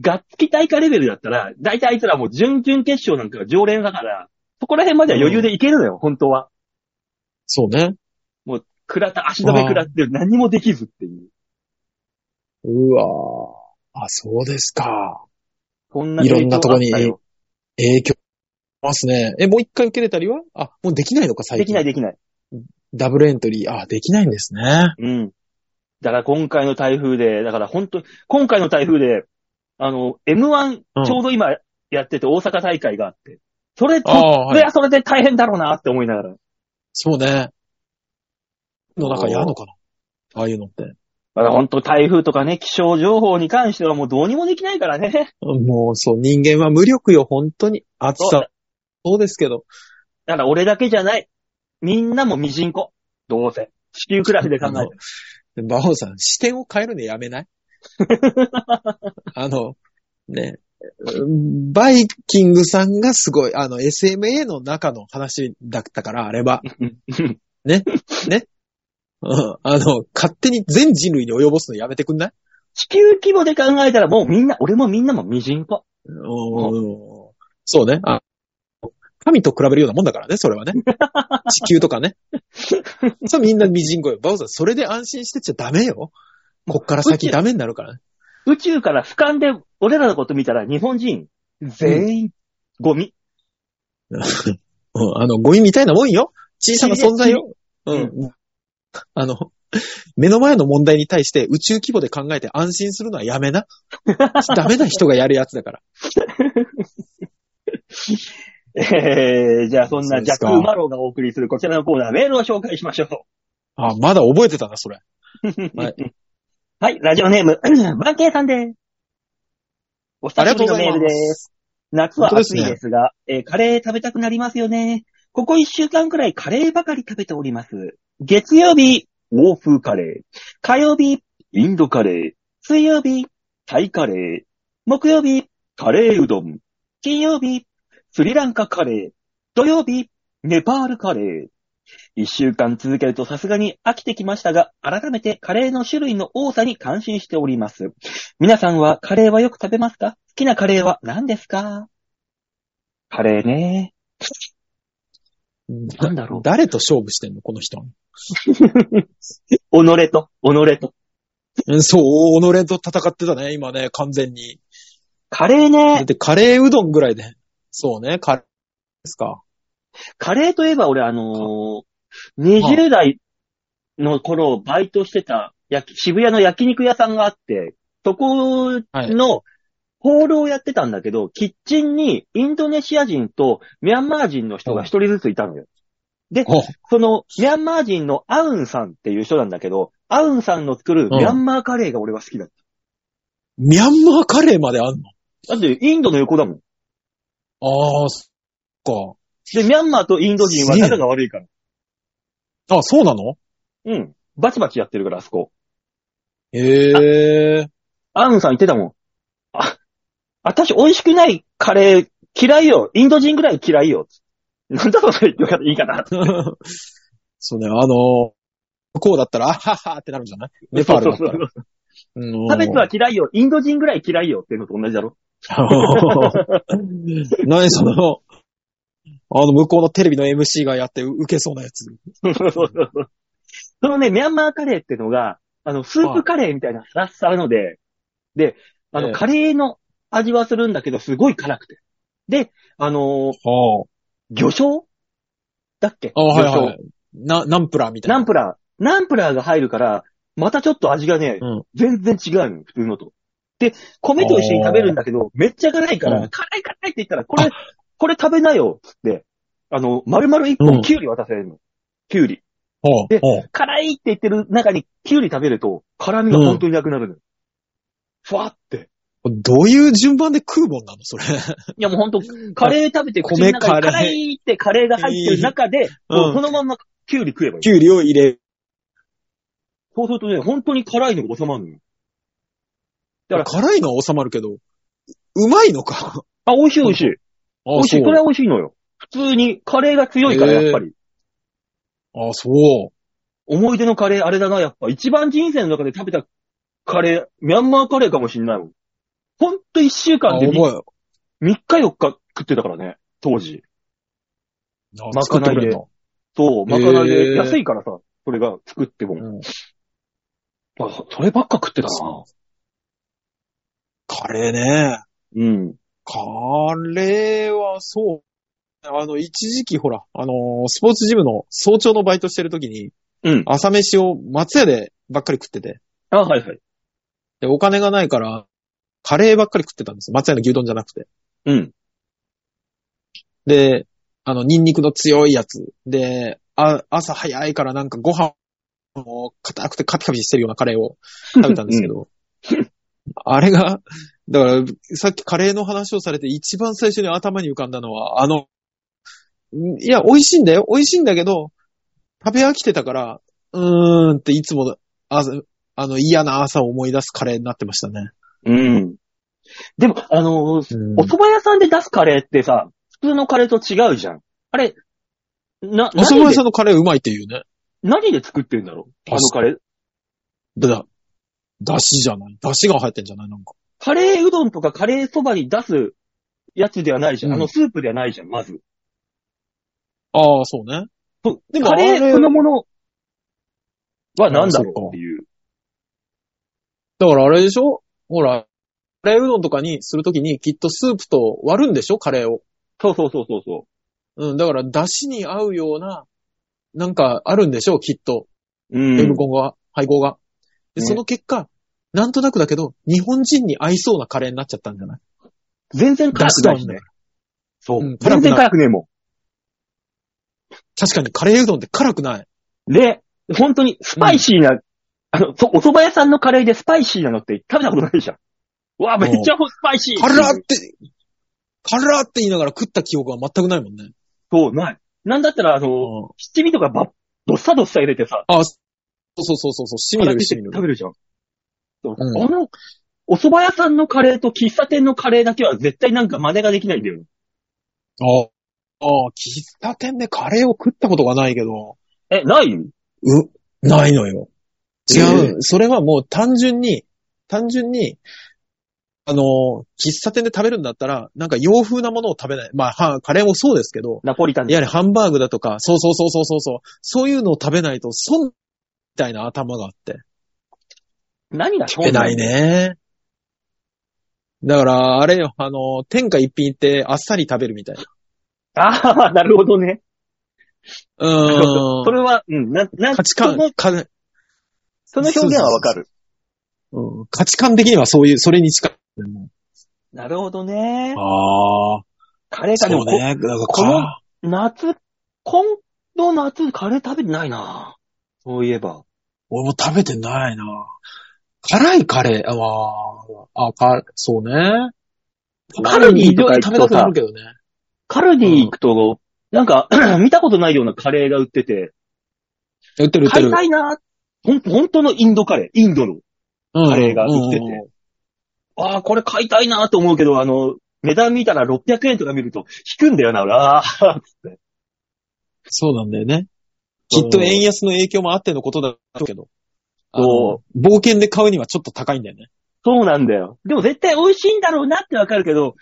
がっつき大会レベルだったら、だいたいあいつらもう準々決勝なんかが常連だから、そこら辺までは余裕でいけるのよ、本当は。そうね。食らった、足止め食らって何もできずっていう。うわあ、そうですか。こんないろんなとこに影響があっ影響ますね。え、もう一回受けれたりはあ、もうできないのか、たよ最できな近。いで。できない。ダブルエントリー。あ、できないんですね。うん。だから今回の台風で、だから本当に、今回の台風で、あの、M1 うんちょうど今やってて大阪大会があって、それと、ああ、そはれい。はそれで大変だろうなって思いながら。そうね。の中やのかな。ああいうのって。だから本当台風とかね、気象情報に関してはもうどうにもできないからね。もう、そう、人間は無力よ、本当に。暑さ。そうですけど。だから俺だけじゃない。みんなもミジンコ。どうせ。地球クラスで考えて。で馬王さん、視点を変えるのやめないあの、ね、バイキングさんがすごい、あの、SMA の中の話だったから、あれは。うんあの、勝手に全人類に及ぼすのやめてくんない地球規模で考えたらもうみんな、俺もみんなもミジンコ。うんそうね。あ神と比べるようなもんだからね、それ はね。地球とかね。そう、みんなミジンコよ。バオさん、それで安心してちゃダメよ。こっから先ダメになるからね。宇宙から俯瞰で俺らのこと見たら日本人、全員、ゴミ。うん、あの、ゴミみたいなもんよ。小さな存在よ。うん。あの、目の前の問題に対して宇宙規模で考えて安心するのはやめ な。ダメな人がやるやつだから。えー、じゃあそんなジャック・そうですかマローがお送りするこちらのコーナー、メールを紹介しましょう。あ、まだ覚えてたな、それ。はい。 はい、ラジオネーム、 バンケイさんです。お久しぶりのメールです。夏は暑いですが、えーカレー食べたくなりますよね。ここ一週間くらいカレーばかり食べております。月曜日、欧風カレー。火曜日、インドカレー。水曜日、タイカレー。木曜日、カレーうどん。金曜日、スリランカカレー。土曜日、ネパールカレー。一週間続けるとさすがに飽きてきましたが、改めてカレーの種類の多さに感心しております。皆さんはカレーはよく食べますか好きなカレーは何ですかカレーね。なんだろう誰と勝負してんの、この人。己と、己と。うんそう、己と戦ってたね、今ね、完全に。カレーだっね。てカレーうどんぐらいで。そうね、カレーですか。カレーといえば俺あのー、20代の頃バイトしてた焼き渋谷の焼肉屋さんがあって、そこのホールをやってたんだけど、キッチンにインドネシア人とミャンマー人の人が一人ずついたのよ。で、おそのミャンマー人のアウンさんっていう人なんだけど、アウンさんの作るうんミャンマーカレーが俺は好きだった。ミャンマーカレーまであんのだってインドの横だもん。ああ、そっで、ミャンマーとインド人は仲が悪いから。か。あ、そうなのうん。バチバチやってるから、あそこ。 へえ。アウンさん言ってたもん。あ、私美味しくないカレー嫌いよ。インド人ぐらい嫌いよ。なんだそれ言っていいかな。そうね、あの向こうだったら、あははってなるんじゃないネパールだったら。 そうそうそううん差別は嫌いよ。インド人ぐらい嫌いよっていうのと同じだろ。何その、あの、向こうのテレビの MC がやって受けそうなやつ。そうそうそうそう そのね、ミャンマーカレーっていうのが、あの、スープカレーみたいなさっさあるので、で、あえの、えカレーの味はするんだけど、すごい辛くて。で、あのーは魚醤だっけあ。あはい魚は醤い。な、ナンプラーみたいな。ナンプラー。ナンプラーが入るから、またちょっと味がね、うん全然違うの、普通のと。で、米と一緒に食べるんだけど、めっちゃ辛いから、うん辛い辛いって言ったら、これ、これ食べなよ、つって、あの、丸々一うん本キュウリ渡されるの。キュウリ。はであ、はあ辛いって言ってる中にキュウリ食べると、辛みが本当になくなるの。ふわって。どういう順番で食うもんなの それ。いやもう本当カレー食べて口の中に米カレー辛いってカレーが入ってる中で、うんもうそのまんまキュウリ食えばいい。キュウリを入れる。そうするとね、本当に辛いのが収まるのよ。だから辛いのは収まるけど、うまいのか。あ、美味しい美味しい。あ美味しい。そうこれは美味しいのよ。普通に、カレーが強いから、へーやっぱり。あ、そう。思い出のカレー、あれだな、やっぱ。一番人生の中で食べたカレー、ミャンマーカレーかもしんないもん。ほんと一週あ、間で覚え3、3日4日食ってたからね、当時。あまか作ってないでくれんのそう、まかないへでー安いからさ、それが作っても。うんあそればっか食ってたなそ。カレーね。うん。カレーはそう。あの、一時期ほら、あのースポーツジムの早朝のバイトしてる時に、うん。朝飯を松屋でばっかり食ってて、あ、はいはい。で、お金がないから、カレーばっかり食ってたんですよ。松屋の牛丼じゃなくて。うん。で、あの、ニンニクの強いやつ。で、あ朝早いからなんかご飯も硬くてカピカピしてるようなカレ ーを食べたんですけど、あれが、だから、さっきカレーの話をされて一番最初に頭に浮かんだのは、あの、んいや、美味しいんだよ。美味しいんだけど、食べ飽きてたから、うーんっていつも、ああの、嫌な朝を思い出すカレーになってましたね。うん。でも、あのーお蕎麦屋さんで出すカレーってさ、普通のカレーと違うじゃん。あれ、な、お蕎麦何屋でさんのカレーうまいっていうね。何で作ってんだろうあのカレー。だ、だ、だしじゃない。だしが入ってんじゃないなんか。カレーうどんとかカレーそばに出すやつではないじゃん。うんあのスープではないじゃん、まず。ああ、そうね。そうでもカレあれーそのものは何だろうっていう。だからあれでしょほら、カレーうどんとかにするときにきっとスープと割るんでしょカレーを。そうそうそうそうそうん、だから出汁に合うような、なんかあるんでしょうきっと。う。うんベルコンが、配合が。で、ねその結果、なんとなくだけど、日本人に合いそうなカレーになっちゃったんじゃない全然辛くないし出汁と合うんだねか。そう。うん辛くない全然辛くねえも確かにカレーうどんって辛くない。ん。で、本当にスパイシーな、あの、そお蕎麦屋さんのカレーでスパイシーなのって食べたことないじゃん。うわ、めっちゃスパイシー。辛って、辛って言いながら食った記憶は全くないもんね。そう、ない。なんだったら、あの、うん七味とかばっ、どっさどっさ入れてさ、あ、そうそうそうそうそう、しみ辛るくしてしみる。食べるじゃん。んあの、お蕎麦屋さんのカレーと喫茶店のカレーだけは絶対なんか真似ができないんだよね。ああ、喫茶店でカレーを食ったことがないけど、、え、ないうないのよ。違えう、それはもう単純に、単純に、あのー、喫茶店で食べるんだったら、なんか洋風なものを食べない。まあ、はカレーもそうですけど、ナポリタンやで。はりハンバーグだとか、そうそうそうそうそうそう、そういうのを食べないと、損みたいな頭があって。何が食べない。ね。だから、あれよ、あのー、天下一品行ってあっさり食べるみたいな。ああ、なるほどね。うーん。 それは、うん、な、なん価値観その、かその表現はわかる。うん価値観的にはそういう、それに近い。なるほどね。ああ。カレーか、でそもうね。だからこのか夏、今度夏カレー食べてないな。そういえば。俺も食べてないな。辛いカレー、ああ、あ、か、そうね。カルディとか行食くべたとくなさる、けどね。カルディ行くと、なんか、 見たことないようなカレーが売ってて、売ってる売って買いるた。いな。ほん、本当のインドカレー、インドの。カカレーが売ってて。ああ、これ買いたいなと思うけど、あの、値段見たら600円とか見ると、引くんだよな、俺。ああ、そうなんだよね。きっと円安の影響もあってのことだろうけど。あのそ冒険で買うにはちょっと高いんだよね。そうなんだよ。でも絶対美味しいんだろうなってわかるけど、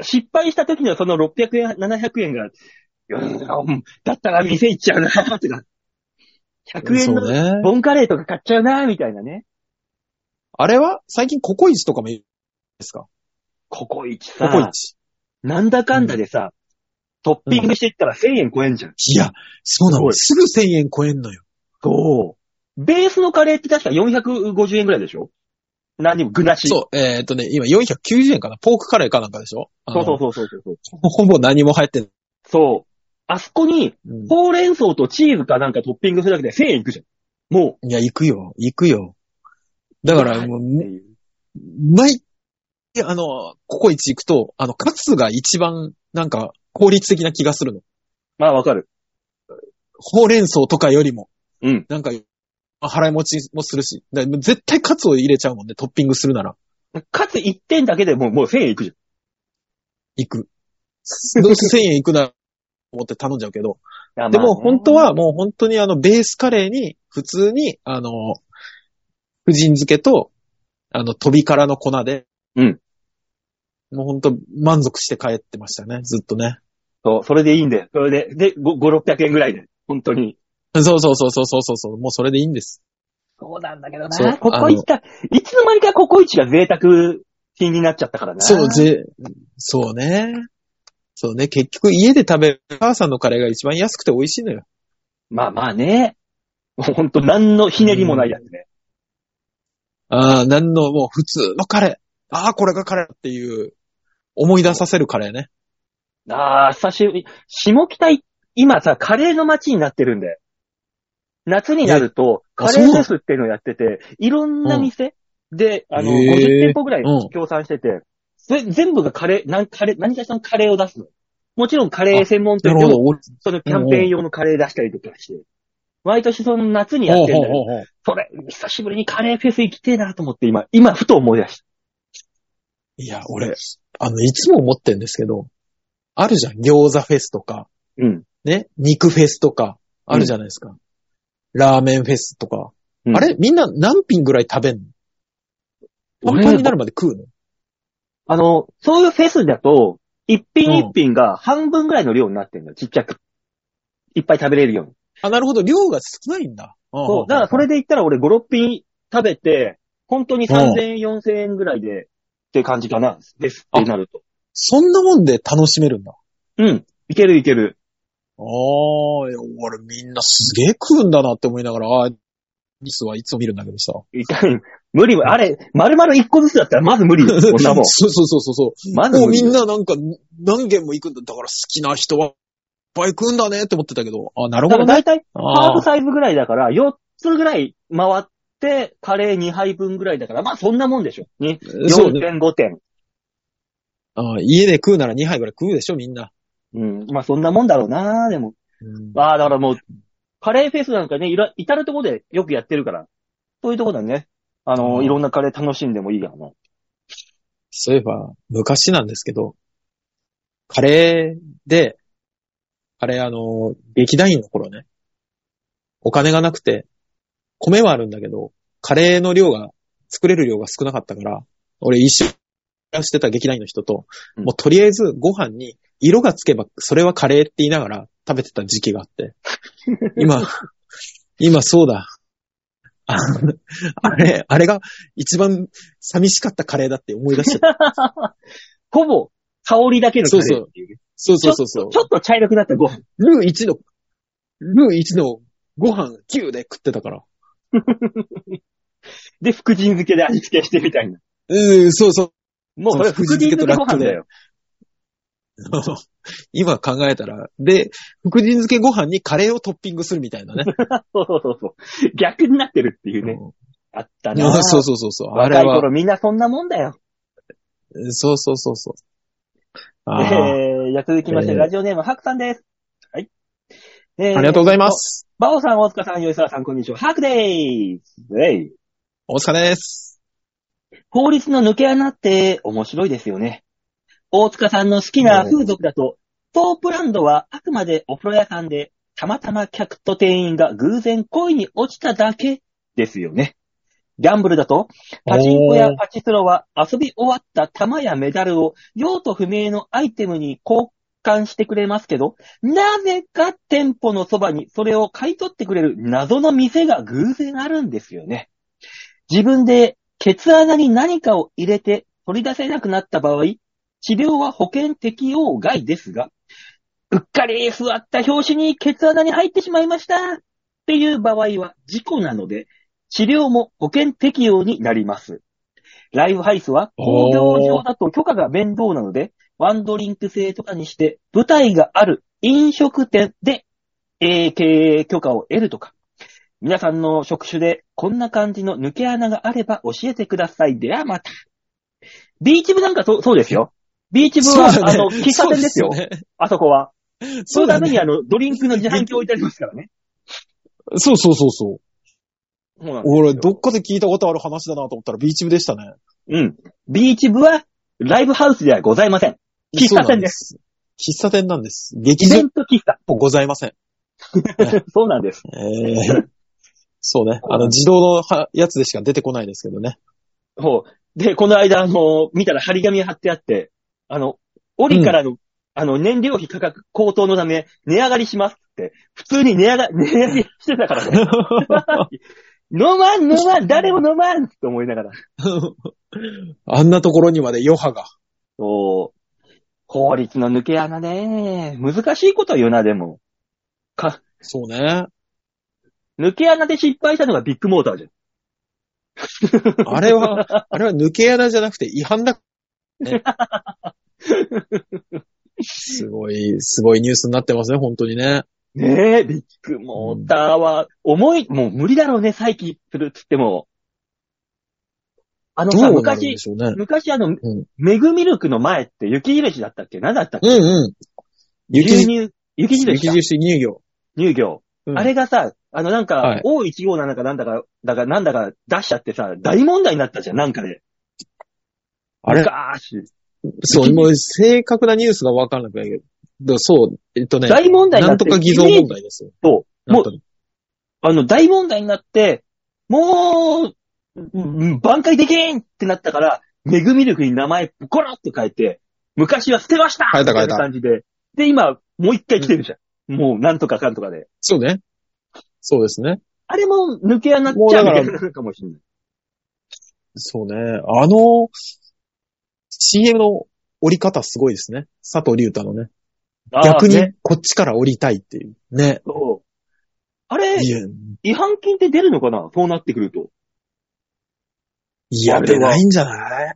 失敗した時にはその600円、700円が、うんだったら店行っちゃうな、とか。100円そうのね。ボンカレーとか買っちゃうな、みたいなね。あれは最近ココイチとかもいいですかココイチココイさ、チ。なんだかんだでさ、トッピングしていったら1000円超えんじゃん。いや、そうなすごの。いすぐ1000円超えんのよ。そう。ベースのカレーって確か450円ぐらいでしょ何にも具なし。そう、えーっとね、今490円かなポークカレーかなんかでしょそうそうう。そうそうそう。ほぼ何も入ってない。そう。あそこに、うんほうれん草とチーズかなんかトッピングするだけで1000円いくじゃん。もいや、行くよ。行くよ。だから、もう、う。ね毎、いやあの、ココイチ行くと、あの、カツが一番、なんか、効率的な気がするの。まあわかる。ほうれん草とかよりも。うん。なんか、払い持ちもするし。だから絶対カツを入れちゃうもんね、トッピングするなら。かつ1点だけでもうもう1000円いくじ 行く。どうせ1000円行くなら、思って頼んじゃうけど。ゃん。でも本当、はもう本当にあの、ベースカレーに、普通に、あの、婦人漬けと、あの、飛びからの粉で。うん。もう本当満足して帰ってましたね、ずっとね。そう、それでいいんだよ。それで、で、5、600円ぐらいで。本当に。そうそうそうそうそうそうそう、もうそれでいいんです。そうなんだけどそうココイチか、いつの間にかココイチが贅沢品になっちゃったからな。そう、ぜ、そうね。そうね、結局家で食べる母さんのカレーが一番安くて美味しいのよ。まあまあね。本当何のひねりもないやつね。ああ、なんの、もう普通のカレー。ああ、これがカレーっていう、思い出させるカレーね。ああ、久しぶり。下北い、今さ、カレーの街になってるんだよ。夏になると、えあカレーフェスっていうのをやってて、いろんな店、で、あの、へー50店舗ぐらいうん協賛してて、ぜ全部がカレー、なんカレー、何かしらのカレーを出すの。もちろんカレー専門店なるでほども、。俺そのキャンペーン用のカレー出したりとかして、毎年その夏にやっほうてるほんうだよ。ほうほう。それ、久しぶりにカレーフェス行きてえなと思って今、今、ふと思い出した。いや、俺、あの、いつも思ってんですけど、あるじゃん。餃子フェスとか、うん。ね、肉フェスとか、あるじゃないですか。ラーメンフェスとか。うんあれみんな何品ぐらい食べんのパンパンになるまで食うのあの、そういうフェスだと、一品一品が半分ぐらいの量になってんのよ、ちっちゃく。いっぱい食べれるように。あ、なるほど。量が少ないんだ。そう。だからそれで言ったら俺5、6品食べて、本当に3000円、4000円ぐらいで、って感じかな。ですってなると。そんなもんで楽しめるんだ。うん。いけるいける。 ああ、いや俺みんなすげえ食うんだなって思いながら、ああ、ニスはいつも見るんだけどさ。いかに、無理も、あれ、丸々1個ずつだったらまず無 理よ。こんなもん。そうそうそうそうそう。まずもう無理みよんななんか何軒も行くんだ。だから好きな人はいっぱい行くんだねって思ってたけど。あ、なるだからほど大ね。体、ハーあブーサイズぐらいだから、4つぐらい回って、カレー2杯分ぐらいだから、まあそんなもんでしょ。ね。そうね。 4.5点。あー家で食うなら2杯ぐらい食うでしょ、みんな。うん。まあそんなもんだろうな、でも。ああ、だからもう、カレーフェスなんかね、いら、至るとこでよくやってるから、そういうとこだね。あの、うんいろんなカレー楽しんでもいいやな。そういえば、昔なんですけど、カレーで、カレーあの、劇団員の頃ね、お金がなくて、米はあるんだけど、カレーの量が、作れる量が少なかったから、俺一緒にしてた劇団員の人と、うんもうとりあえずご飯に色がつけば、それはカレーって言いながら食べてた時期が あって、今、今そうだ。あのあれ、あれが一番寂しかったカレーだって思い出しちゃった。ほぼ、香りだけのカレーっていうね。そうそうそうそう。ちょっと茶色くなったご飯。ルー1の、ルー1のご飯9で食ってたから。で、福神漬けで味付けしてみたいな。うん、そうそう。 もうこれそう福神漬けとご飯だよ。今考えたら、で、福神漬けご飯にカレーをトッピングするみたいなね。そうそうそうそう。逆になってるっていうね。うあったんなぁそうそうそうそう。あれ若いは、頃みんなそんなもんだよ。そうそうそうそう。あーえー、じゃあ続きまして、えーラジオネーム、ハクさんです。はい。えありがとうございま。す。バオさん、大塚さん、吉沢さん、こんにちは。ハクでーす。えい。お疲れです。法律の抜け穴って面白いですよね。大塚さんの好きな風俗だと、ポープランドはあくまでお風呂屋さんで、たまたま客と店員が偶然恋に落ちただけですよね。ギャンブルだと、パチンコやパチスロは遊び終わった玉やメダルを用途不明のアイテムに交換してくれますけど、なぜか店舗のそばにそれを買い取ってくれる謎の店が偶然あるんですよね。自分でケツ穴に何かを入れて取り出せなくなった場合、治療は保険適用外ですが、うっかり座った拍子にケツ穴に入ってしまいましたっていう場合は事故なので、治療も保険適用になります。ライブハイスは工業上だと許可が面倒なので、ワンドリンク制とかにして舞台がある飲食店で、えー経営許可を得るとか、皆さんの職種でこんな感じの抜け穴があれば教えてください。ではまた。ビーチ部なんかそうそうですよ。ビーチ部は、そうだあねの、喫茶店ですよ。そうねあそこは。そそのうだためにね。あの、ドリンクの自販機置いてありますからね。そうそうそうそう。そうなんですよ俺、どっかで聞いたことある話だなと思ったらビーチ部でしたね。うん。ビーチ部は、ライブハウスではございません。喫茶店です。喫茶店なんです。劇イベ場ント喫茶。 もございません。そうなんです。えーそうね。あの、自動のはやつでしか出てこないですけどね。 ほう。で、この間、あの、見たら張り紙貼ってあって、あの、折からの、あの、燃料費価格高騰のため、値上がりしますって、普通に値上が、値上げしてたからね。 飲まん、飲まん、誰も飲まんって思いながら。あんなところにまで余波が。そう。法律の抜け穴ね。難しいこと言うな、でも。か、そうね。抜け穴で失敗したのがビッグモーターじゃん。あれ は、あれは抜け穴じゃなくて違反だ。ねすごい、すごいニュースになってますね、本当にね。ねえ、ビッグモーターは、重い、もう無理だろうね、再起するっつっても。あのどうさ、なるんで昔、しょうね。昔あの、んメグミルクの前って雪印だったっけ何だったっけうんうん。雪牛印、乳、雪印雪か印乳業。乳業。うんあれがさ、あのなんはかい、 O15 なのかなんだか、だかなんだか出しちゃってさ、大問題になったじゃん、なんかで。あれ昔そう、もう正確なニュースがわからなくないけど、そう、えっとね、大問題にななっんて。とか偽造問題ですよ。と、なもんうとかあの、大問題になって、もう、うん挽回できんってなったから、メグミルクに名前コロって変えて、昔は捨てました変えた変えみたいな感じで。で、今、もう一回来てるじゃん。もう、なんとかかんとかで。そうね。そうですね。あれも抜け穴っもうちゃだうからみたいなかもしれない。そうね。あの、CM の降り方すごいですね。佐藤隆太のね。あー逆ねにこっちから降りたいっていう。ね。そうあれ、いや、違反金って出るのかなそうなってくると。いやあれ出はないんじゃない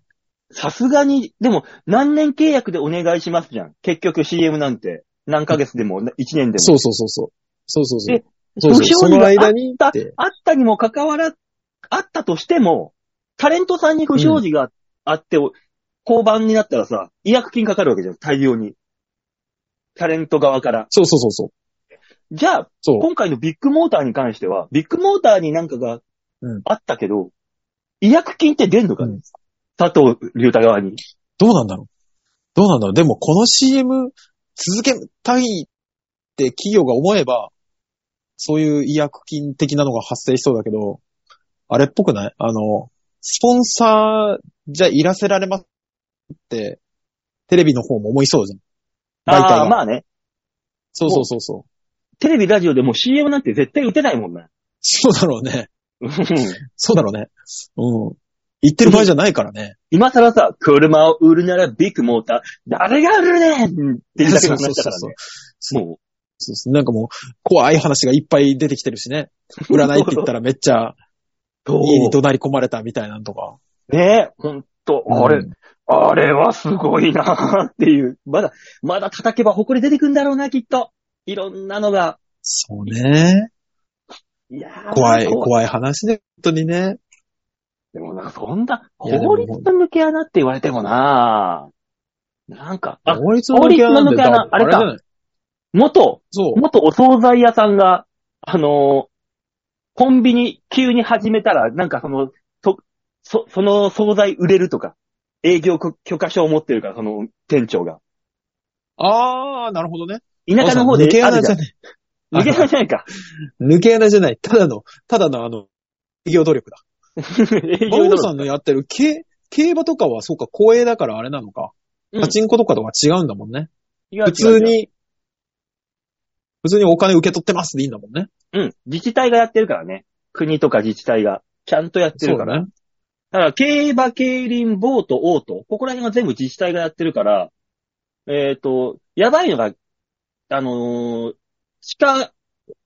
さすがに、でも、何年契約でお願いしますじゃん。結局 CM なんて。何ヶ月でも、1年でも。そうそうそうそう。そうそうそうで。そうそう。そ不祥事のが間にあっったて。、あったにもかかわら、あったとしても、タレントさんに不祥事があって、交番になったらさ、違約金かかるわけじゃん、大量に。タレント側から。そうそうそうそう。じゃあ、そう。今回のビッグモーターに関しては、ビッグモーターになんかがうんあったけど、違約金って出んのかね、うん佐藤隆太側に。どうなんだろう。どうなんだろう。でもこの CM 続けたいって企業が思えば、そういう違約金的なのが発生しそうだけど、あれっぽくないあの、スポンサーじゃいらせられますって、テレビの方も思いそうじゃん。媒あ体あがー、まあね。そうそうそうそう。テレビ、ラジオでもう CM なんて絶対打てないも んな。そうだろうね。うんそうだろうね。うん。言ってる場合じゃないからね。今更さ、車を売るならビッグモーター、誰が売るねんって言うだけの話だかそうそうらそうね。もう、そうですなんかもう、怖い話がいっぱい出てきてる しね。占いって言ったらめっちゃ、家にそ怒鳴り込まれたみたいなのとか。う。ねえ、ほんと、あれ、うんあれはすごいなっていう。まだ、まだ叩けば埃出てくんだろうな、きっと。いろんなのが。そうね。いやー怖い、い。怖い話で、本当にね。でもなんかそんな、いやで法も律向け穴って言われてもななんか、あ、法律法律のなん抜でけ穴多分あれかじゃない元、そう。元お惣菜屋さんが、あのーコンビニ急に始めたら、なんかその、と、そ、その惣菜売れるとか、営業許許可証を持ってるから、その店長が。あー、なるほどね。田舎の方で抜けある穴じじゃゃん。抜ない。抜けけ穴穴じゃないか。抜け穴じゃない。ただの、ただのあの、営業努力だ。 営バ業オ努さ力。んのやってる競、競馬とかはそうか、公営だからあれなのか。うんパチンコとかとは違うんだもんね。普普通。に、普通にお金受け取ってますでいいんだもんね。うん。自治体がやってるからね。国とか自治体が。ちゃんとやってそるうかだら。だね。から、競馬、競輪、ボート、オート。ここら辺は全部自治体がやってるから、えっ、と、やばいのが、あのー地下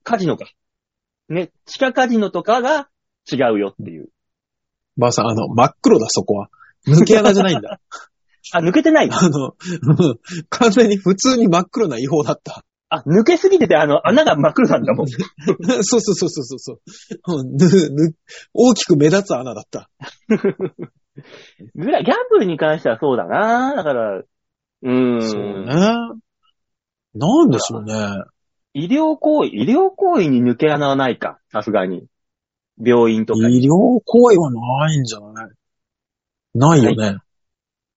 カジノか。ね。地下カジノとかが違うよっていう。ばあさん、あの、真っ黒だ、そこは。抜け穴じゃないんだ。あ、抜けてない。あの、うん完全に普通に真っ黒な違法だった。 あ、抜けすぎてて、あの、穴が真っ黒なんだもん。そうそうそうそうそうそう、うんぬぬ大きく目立つ穴だった。ぐらい、ギャンブルに関してはそうだなだから、うーん。そうね。なんでしょうね。医療行為、医療行為に抜け穴はないか、さすがに。病院とかに医療行為はないんじゃないないよね。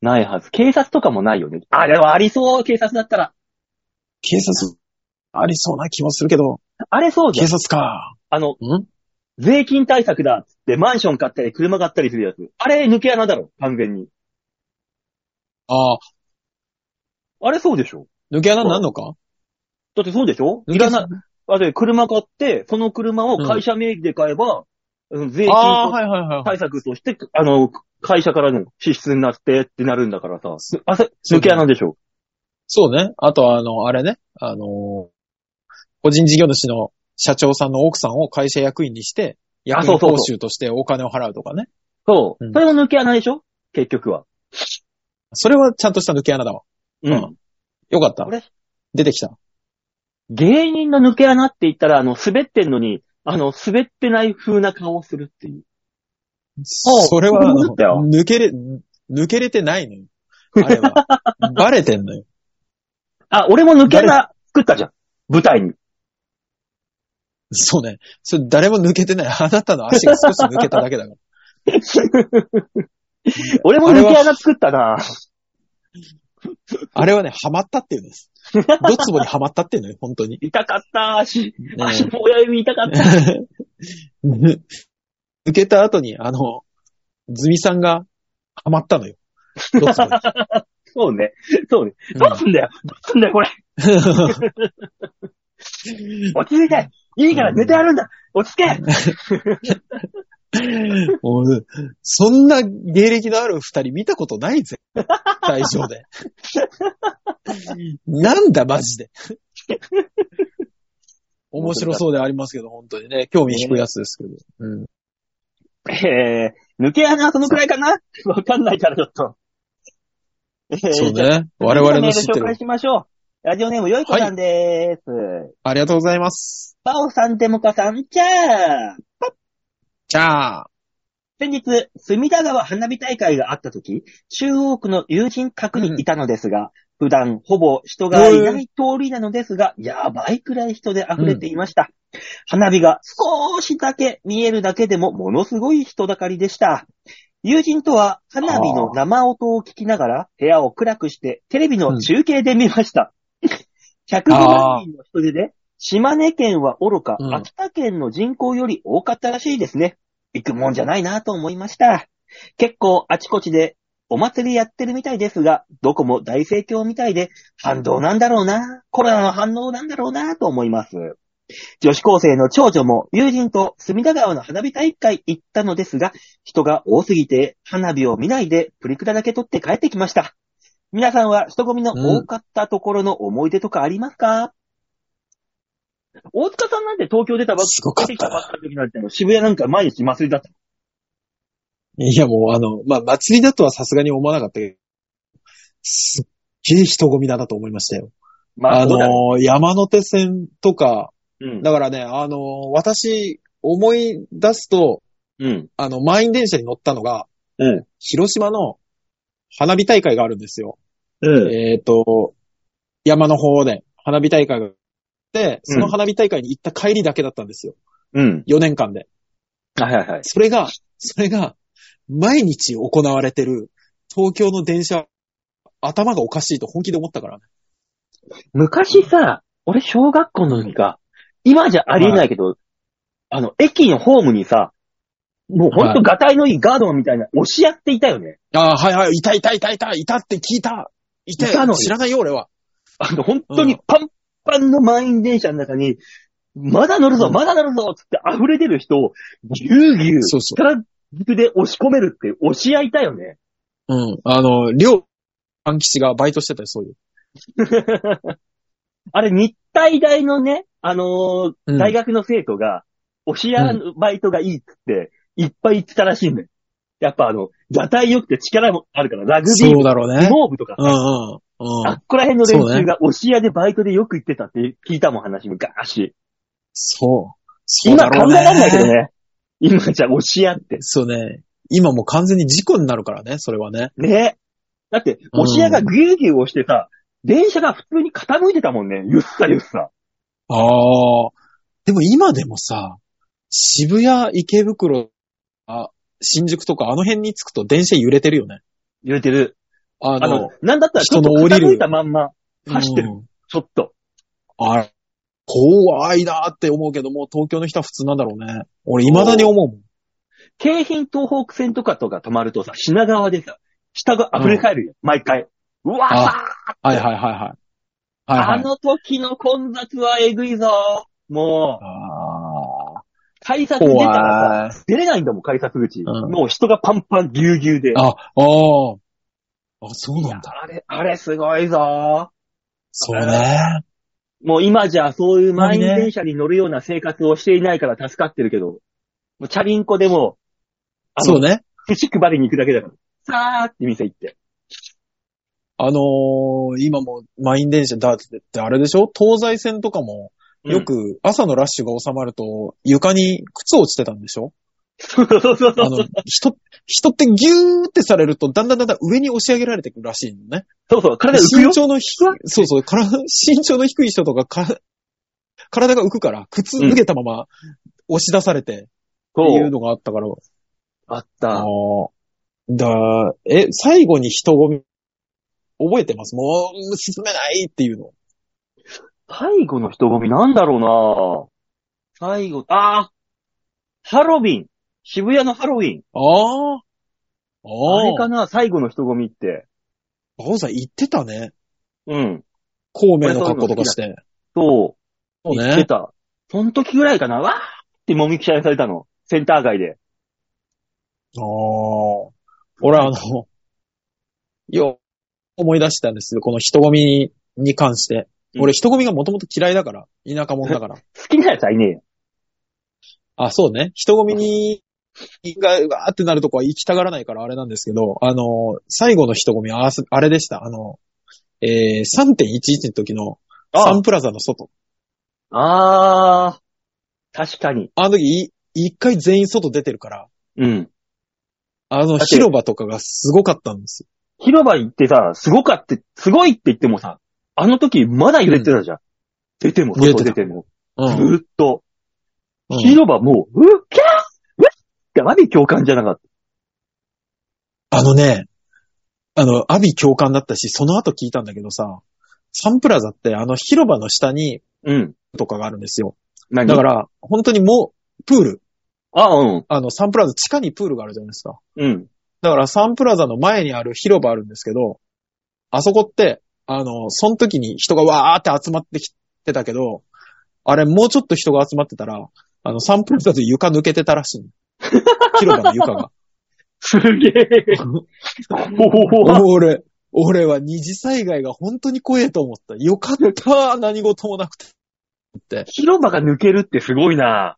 ないはず。警察とかもないよね。あ、でもありそう、警察だったら。警察、ありそうな気もするけど、あれそうじゃ警ん。察か。あの、ん税金対策だっつって、マンション買ったり、車買ったりするやつ。あれ抜け穴だろ、完全に。ああ、あれそうでしょ抜け穴になんのかだってそうでしょ抜いけら穴な、あれ車買って、その車を会社名義で買えば、うん税ああ、金はいはいはい。対策として、あの、会社からの支出になってってなるんだからさ。すあ、そ抜け穴でしょそうね。あとは、あの、あれね。あのー個人事業主の社長さんの奥さんを会社役員にして、あ役そ員うそう報そ酬としてお金を払うとかね。そう。うんそれも抜け穴でしょ結局は。それはちゃんとした抜け穴だわ。ううん。よかったこ。れ、出てきた。芸人の抜け穴って言ったら、あの、滑ってんのに、あの、滑ってない風な顔をするっていう。それは、あそうだよの抜けれ、抜けれてないのよ。あ れは。バレてんのよ。あ、俺も抜け穴作ったじゃん。舞台 に。そうね。それ誰も抜けてない。あなたの足が少し抜けただけだから。俺もあれ抜はけ穴作ったなあれはね、ハマったっていうんです。ドツボにハマったっていうのよ、本当に。 痛かった足、ね足も親指痛かった。 抜けた後に、あの、ズミさんがハマったのよ。どっちもにそうね。そうね。うんどうすんだよどうすんだよこれ落ち着いていいから寝てやるんだ落ち着け もうそんな芸歴のある二人見たことないぜ。大将で。なんだ、マジで。面白そうでありますけど、本当にね。興味引くやつですけど。うん。えー、抜け穴はそのくらいかなわかんないからちょっと。えーそうじゃあね。我々の知メっールて紹介る。しましょう。ラジオネーム、よいこさんでーす。ありがとうございます。バオさん、デモカさん、じゃあ、じゃあ、先日、隅田川花火大会があった時、中央区の友人宅にいたのですが、普段ほぼ人がいない通りなのですが、やばいくらい人で溢れていました。花火が少しだけ見えるだけでもものすごい人だかりでした。友人とは花火の生音を聞きながら部屋を暗くしてテレビの中継で見ました。150万人の人出で、島根県は愚か、うん秋田県の人口より多かったらしいですね。行くもんじゃないなと思いました。結構あちこちでお祭りやってるみたいですが、どこも大盛況みたいで反動なんだろうな、コロナの反応なんだろうなと思います。女子高生の長女も友人と隅田川の花火大会行ったのですが、人が多すぎて花火を見ないでプリクラだけ撮って帰ってきました。皆さんは人混みの多かったところの思い出とかありますか、大塚さんなんて東京出たばっすごかかっり、出てきたたなばっかりの時なんてあの渋谷なんか毎日祭りだった。いや、もうあの、まあ、祭りだとはさすがに思わなかったけど、すっげえ人混みだなと思いましたよ。まあそうだねのー山手線とか、うん。だからね、あのー私、思い出すと、うん。あの、満員電車に乗ったのが、うん。広島の花火大会があるんですよ。うん。えっ、と、山の方で花火大会があって、その花火大会に行った帰りだけだったんですよ。うん。 4年間で。はいはいはい。それが、それが、毎日行われてる東京の電車、頭がおかしいと本気で思ったからね。昔さ、俺小学校の時か、今じゃありえないけど、あの、駅のホームにさ、もうほんとガタイのいいガードンみたいな、押し合っていたよね。ああ、はいはい、いたいたいたいた、いたって聞いた。いたいたのよ、に知らないよ、俺は。あの、本当にパンパンの満員電車の中に、まだ乗るぞ、うんまだ乗るぞつって溢れてる人を、ぎゅうぎゅう、そうそう力ずくで押し込めるって、押し合いたよね。うん。あの、りょう、安吉がバイトしてたりそういう。 あれ、日体大のね、あのうーん大学の生徒が、押し合うバイトがいいっつって、いっぱい言ってたらしいんだよ。やっぱあの、ガタイ良くて力もあるから、ラグビーそう部、だろう相ね。撲部とかうんうん。うんあっこら辺の連そう中ねが押し合いでバイトでよく行ってたって聞いたもん話もガーシ。そう。そう今だろ考うえね。られないけどね。今じゃ押し合って。そうね。今もう完全に事故になるからね、それはね。ねだって、押し合いがギューギュー押してさ、電車が普通に傾いてたもんね。ゆっさゆっさ。ああ。でも今でもさ、渋谷、池袋、あ、新宿とかあの辺に着くと電車揺れてるよね。揺れてる。ああの、の、なんだったらちょっと人の降りる傾いたまんま、走ってる。うんちょっと。あ怖いなーって思うけども、東京の人は普通なんだろうね。俺未だに思うもん。京浜東北線とかとか止まるとさ、品川でさ、下が溢れ返るよ。毎回。うわーあはいはいはいはい。はいはあい。の時の混雑はえぐいぞもう、あ改札ー出たらさ、怖い。出れないんだもん、改札口。うんもう人がパンパンぎゅうぎゅうで。あ、ああ。あ、そうなんだ。あれ、あれすごいぞそうね。もう今じゃそういう満員本当にね電車に乗るような生活をしていないから助かってるけど、もうチャリンコでも、あそうの、ね。寿司配りに行くだけだから、さーって店行って。あのー今も満員電車だってあれでしょ東西線とかも、うんよ、く朝のラッシュが収まると、床に靴落ちてたんでしょそうそうそうそうあの、人、人ってギューってされると、だんだんだんだん上に押し上げられてくるらしいのね。そうそう、体浮くよ身。長の低い、そうそう、から 身長の低い人とかか、体が浮くから、靴脱げたまま押し出されてってそいうう。のがあったから、あっあた。ーだ、え、最後に人混み、覚えてますもう、進めないっていうの。最後の人混みなんだろうな最後、ああハロウィン渋谷のハロウィンああ。ああれかあ。な最後の人混みって。バオさん言ってたね。うん。孔明の格好とかして。そう。そう言ってね。た。その時ぐらいかなわーってもみくちゃにされたの。センター街で。ああ。俺あの、よ、思い出したんですよ。この人混みに関して。うん俺人混みがもともと嫌いだから。田舎者だ から。好きなやつはいねえよ。あ、そうね。人混みに、が、わーってなるとこは行きたがらないからあれなんですけど、あの、最後の人混みはあすあれでした。あの、えー、3.11の時のサンプラザの外。ああ確かに。あの時、い一回全員外出てるから、うん。あだの、って広場とかがすごかったんですよ。広場行ってさ、すごかって、すごいって言ってもさ、あの時まだ揺れてたじゃん。出ても、揺れ外てた出ても。うずん。ーっと。うん広場もう、うっ、キャーうっってあり共感じゃなかっあのね、あの、アビ教官だったし、その後聞いたんだけどさ、サンプラザってあの広場の下にた。うん。とかがあるんですよ。何だから、本当にもう、プール。あ、うん。あの、サンプラザ地下にプールがあるじゃないですか。うん。だから、サンプラザの前にある広場あるんですけど、あそこって、あの、その時に人がわーって集まってきてたけど、あれ、もうちょっと人が集まってたら、あの、サンプラザで床抜けてたらしいの。広場の床が。すげえ。おお俺、俺は二次災害が本当に怖えと思った。よかった、何事もなくて。って。広場が抜けるってすごいな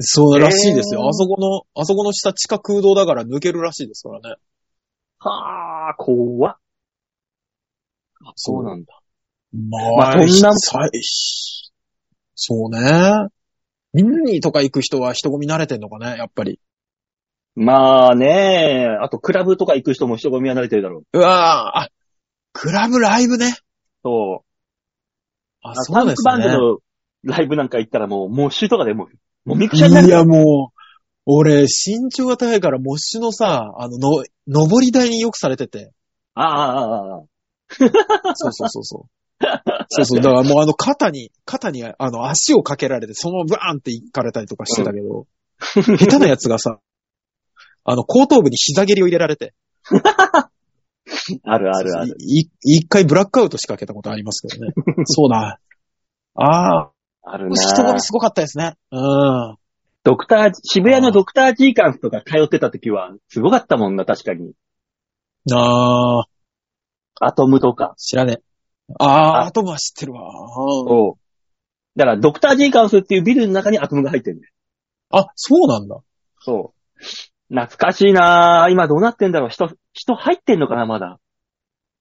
そうらしいですよ。へーあそこの、あそこの下地下空洞だから抜けるらしいですからね。はあ、怖っ。そうなんだ。まあ、まあそんなさいそうね。ミンニーとか行く人は人混み慣れてんのかね、やっぱり。まあねあとクラブとか行く人も人混みは慣れてるだろう。うわぁ、あ、クラブライブね。そう。あ、あそうですパンクバンね。ドのライブなんか行ったらもう、モッシュとかでもう、もうミクシャになるい。や、もう、俺、身長が高いから、モッシュのさ、あの、の、登り台によくされてて。ああ、ああ、ああ。そうそうそうそう。そうそう。だからもうあの肩に、肩にあの足をかけられて、そのままブーンって行かれたりとかしてたけど、下手なやつがさ、あの後頭部に膝蹴りを入れられて、あるあるある。いい一回ブラックアウトしかけたことあります けどね。そうだ。ああ、ある人混なみすごかったですね。うん。ドクター、渋谷のドクタージーカンスとか通ってた時は、すごかったもんな、確かに。ああ、アトムとか。知らねえ。ああ、あアトムは知ってるわ。そう。だから、ドクタージーカンスっていうビルの中にアトムが入ってるんだよ。あ、そうなんだ。そう。懐かしいなぁ。今どうなってんだろう。人、人入ってんのかな、まだ。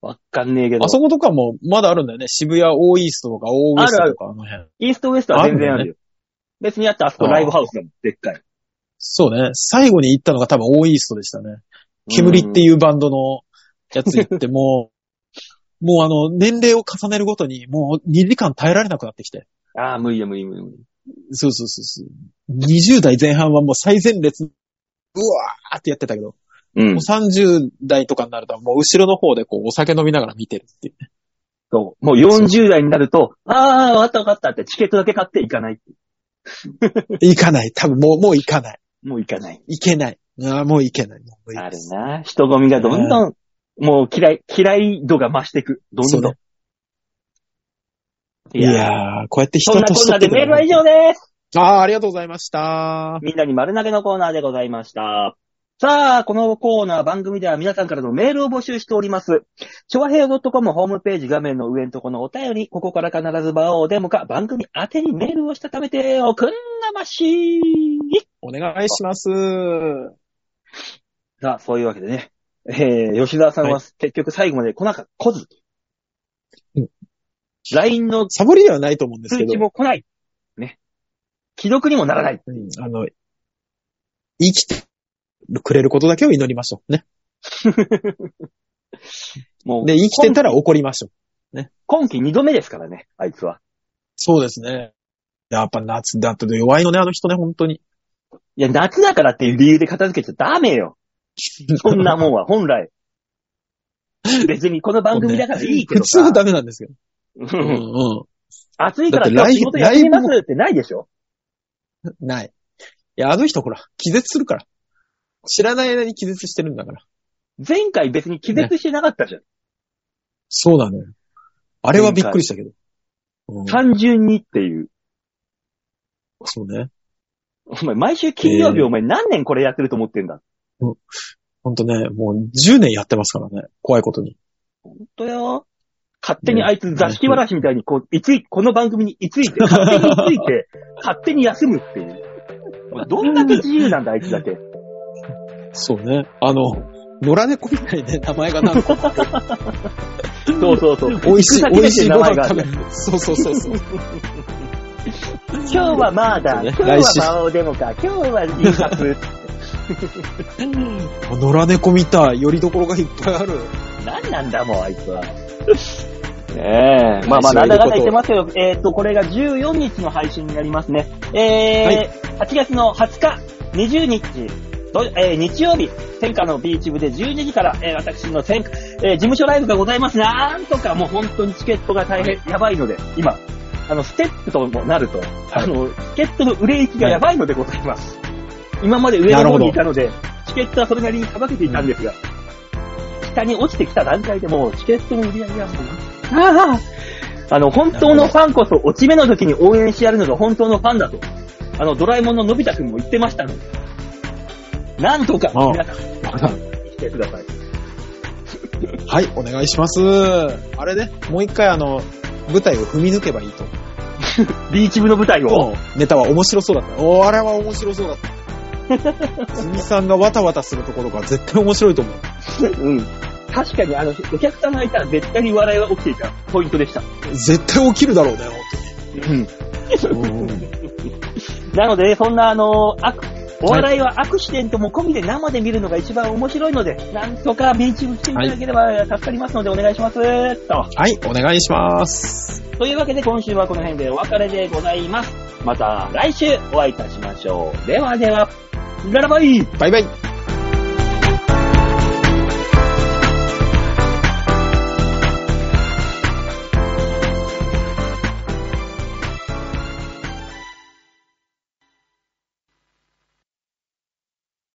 わかんねえけど。あそことかもまだあるんだよね。渋谷、オーイーストとか、オーウエストとか、あの辺。イーストウエストは全然あるよ。別にあったあそこライブハウスだもん、でっかい。そうね。最後に行ったのが多分オーイーストでしたね。煙ってういうバンドのやつ行っても う、もうあの、年齢を重ねるごとに、もう2時間耐えられなくなってきて。ん。ああ、無理よ、無理無理無理。そうそうそうそう。20代前半はもう最前列、うわーってやってたけど、うんもう。30代とかになるともう後ろの方でこうお酒飲みながら見てるっていうね。そう。もう40代になると、ああ、わかったわかったってチケットだけ買って行かない。行かない。多分もう、もう行かない。もう行かない。行けない。あーもう行けない。もう無理あるな。人混みがどんどん、もう嫌い、嫌い度が増していく。どんそうどんね。いいややー、こうやって人そんなとこんしなてでメールは以上です。ああ、ありがとうございました。みんなに丸投げのコーナーでございました。さあ、このコーナー番組では皆さんからのメールを募集しております。昭和平和 .com ホームページ画面の上のとこのお便り、ここから必ず場をおデモか番組宛てにメールをしたためておくんなましお願いします。さあ、そういうわけでね。えー、吉沢さんはは結局最後まで来なかった、来ず。うん LINE のサボりではないと思うんです通けど知、も来ない。ね。既読にもならない。うんあの、生きてくれることだけを祈りましょう。ね。もう、で、生きてたら怒りましょう。今季二度目ですからね、あいつは。そうですね。やっぱ夏だと弱いのね、あの人ね、本当に。いや、夏だからっていう理由で片付けちゃダメよ。そんなもんは、本来。別にこの番組だからいいけ 普ど通さ。はダメなんですけど。ううんんう暑いからだ今って日仕事休みますってないでしょん。ない。いや、あの人ほら、気絶するから。知らない間に気絶してるんだから。前回別に気絶してなかったじゃん。そうだね。あれはびっくりしたけど。うん、単純にっていう。そうね。お前、毎週金曜日、お前何年これやってると思ってんだ。ほんとね、もう10年やってますからね。怖いことに。本当よ。勝手にあいつ座敷わらしみたいに、こう、いつい、この番組にいついて、勝手にいついて、 勝手に休むっていう。お前どんだけ自由なんだ、あいつだけ。そうね。あの、野良猫みたいで名前が なんかそうそうそう。美味しい、草木美で味すしいねご名前飯が食べる。そうそうそうそう。 今日はマーダー、ね今日来週は魔王デモか、今日は人格。野良猫見たい、よりどころがいっぱいある。何なんだ、もう、あいつ は。ねえ。まあまあ、そういなんだかんだうこと言ってますけど、えーっ、と、これが14日の配信になりますね。えー8月の20日、20日、どえー日曜日、天下のビーチ部で12時から、えー私の天下、えー事務所ライブがございます。なんとかもう本当にチケットが大変、やばいので、今、あの、ステップともなると、あの、チケットの売れ行きがやばいのでございます。今まで上の方にいたので、チケットはそれなりにさばけていたんですが、下に落ちてきた段階でもうチケットの売り上げがもう、あああの、本当のファンこそ落ち目の時に応援してやるのが本当のファンだと、あの、ドラえもんののび太くんも言ってましたので、なんとかああ皆さん、来てください。はい、お願いします。あれね、もう一回あの、舞台を踏み抜けばいいと。ビーチ部の舞台を。ネタは面白そうだった。おあれは面白そう だった。すみさんがわたわたするところが絶対面白いと思う。うん。確かに、あの、お客さんがいたら絶対に笑いは起きていたポイントでした。絶対起きるだろうね、 うん。本当に。なのでね、そんなあの、アクお笑いはアクシデントも込みで生で見るのが一番面白いので、なんとかビーチ部来ていただければ助かりますのでお願いします。と。はい、お願いします。というわけで今週はこの辺でお別れでございます。また来週お会いいたしましょう。ではでは、ララバイバイバイ。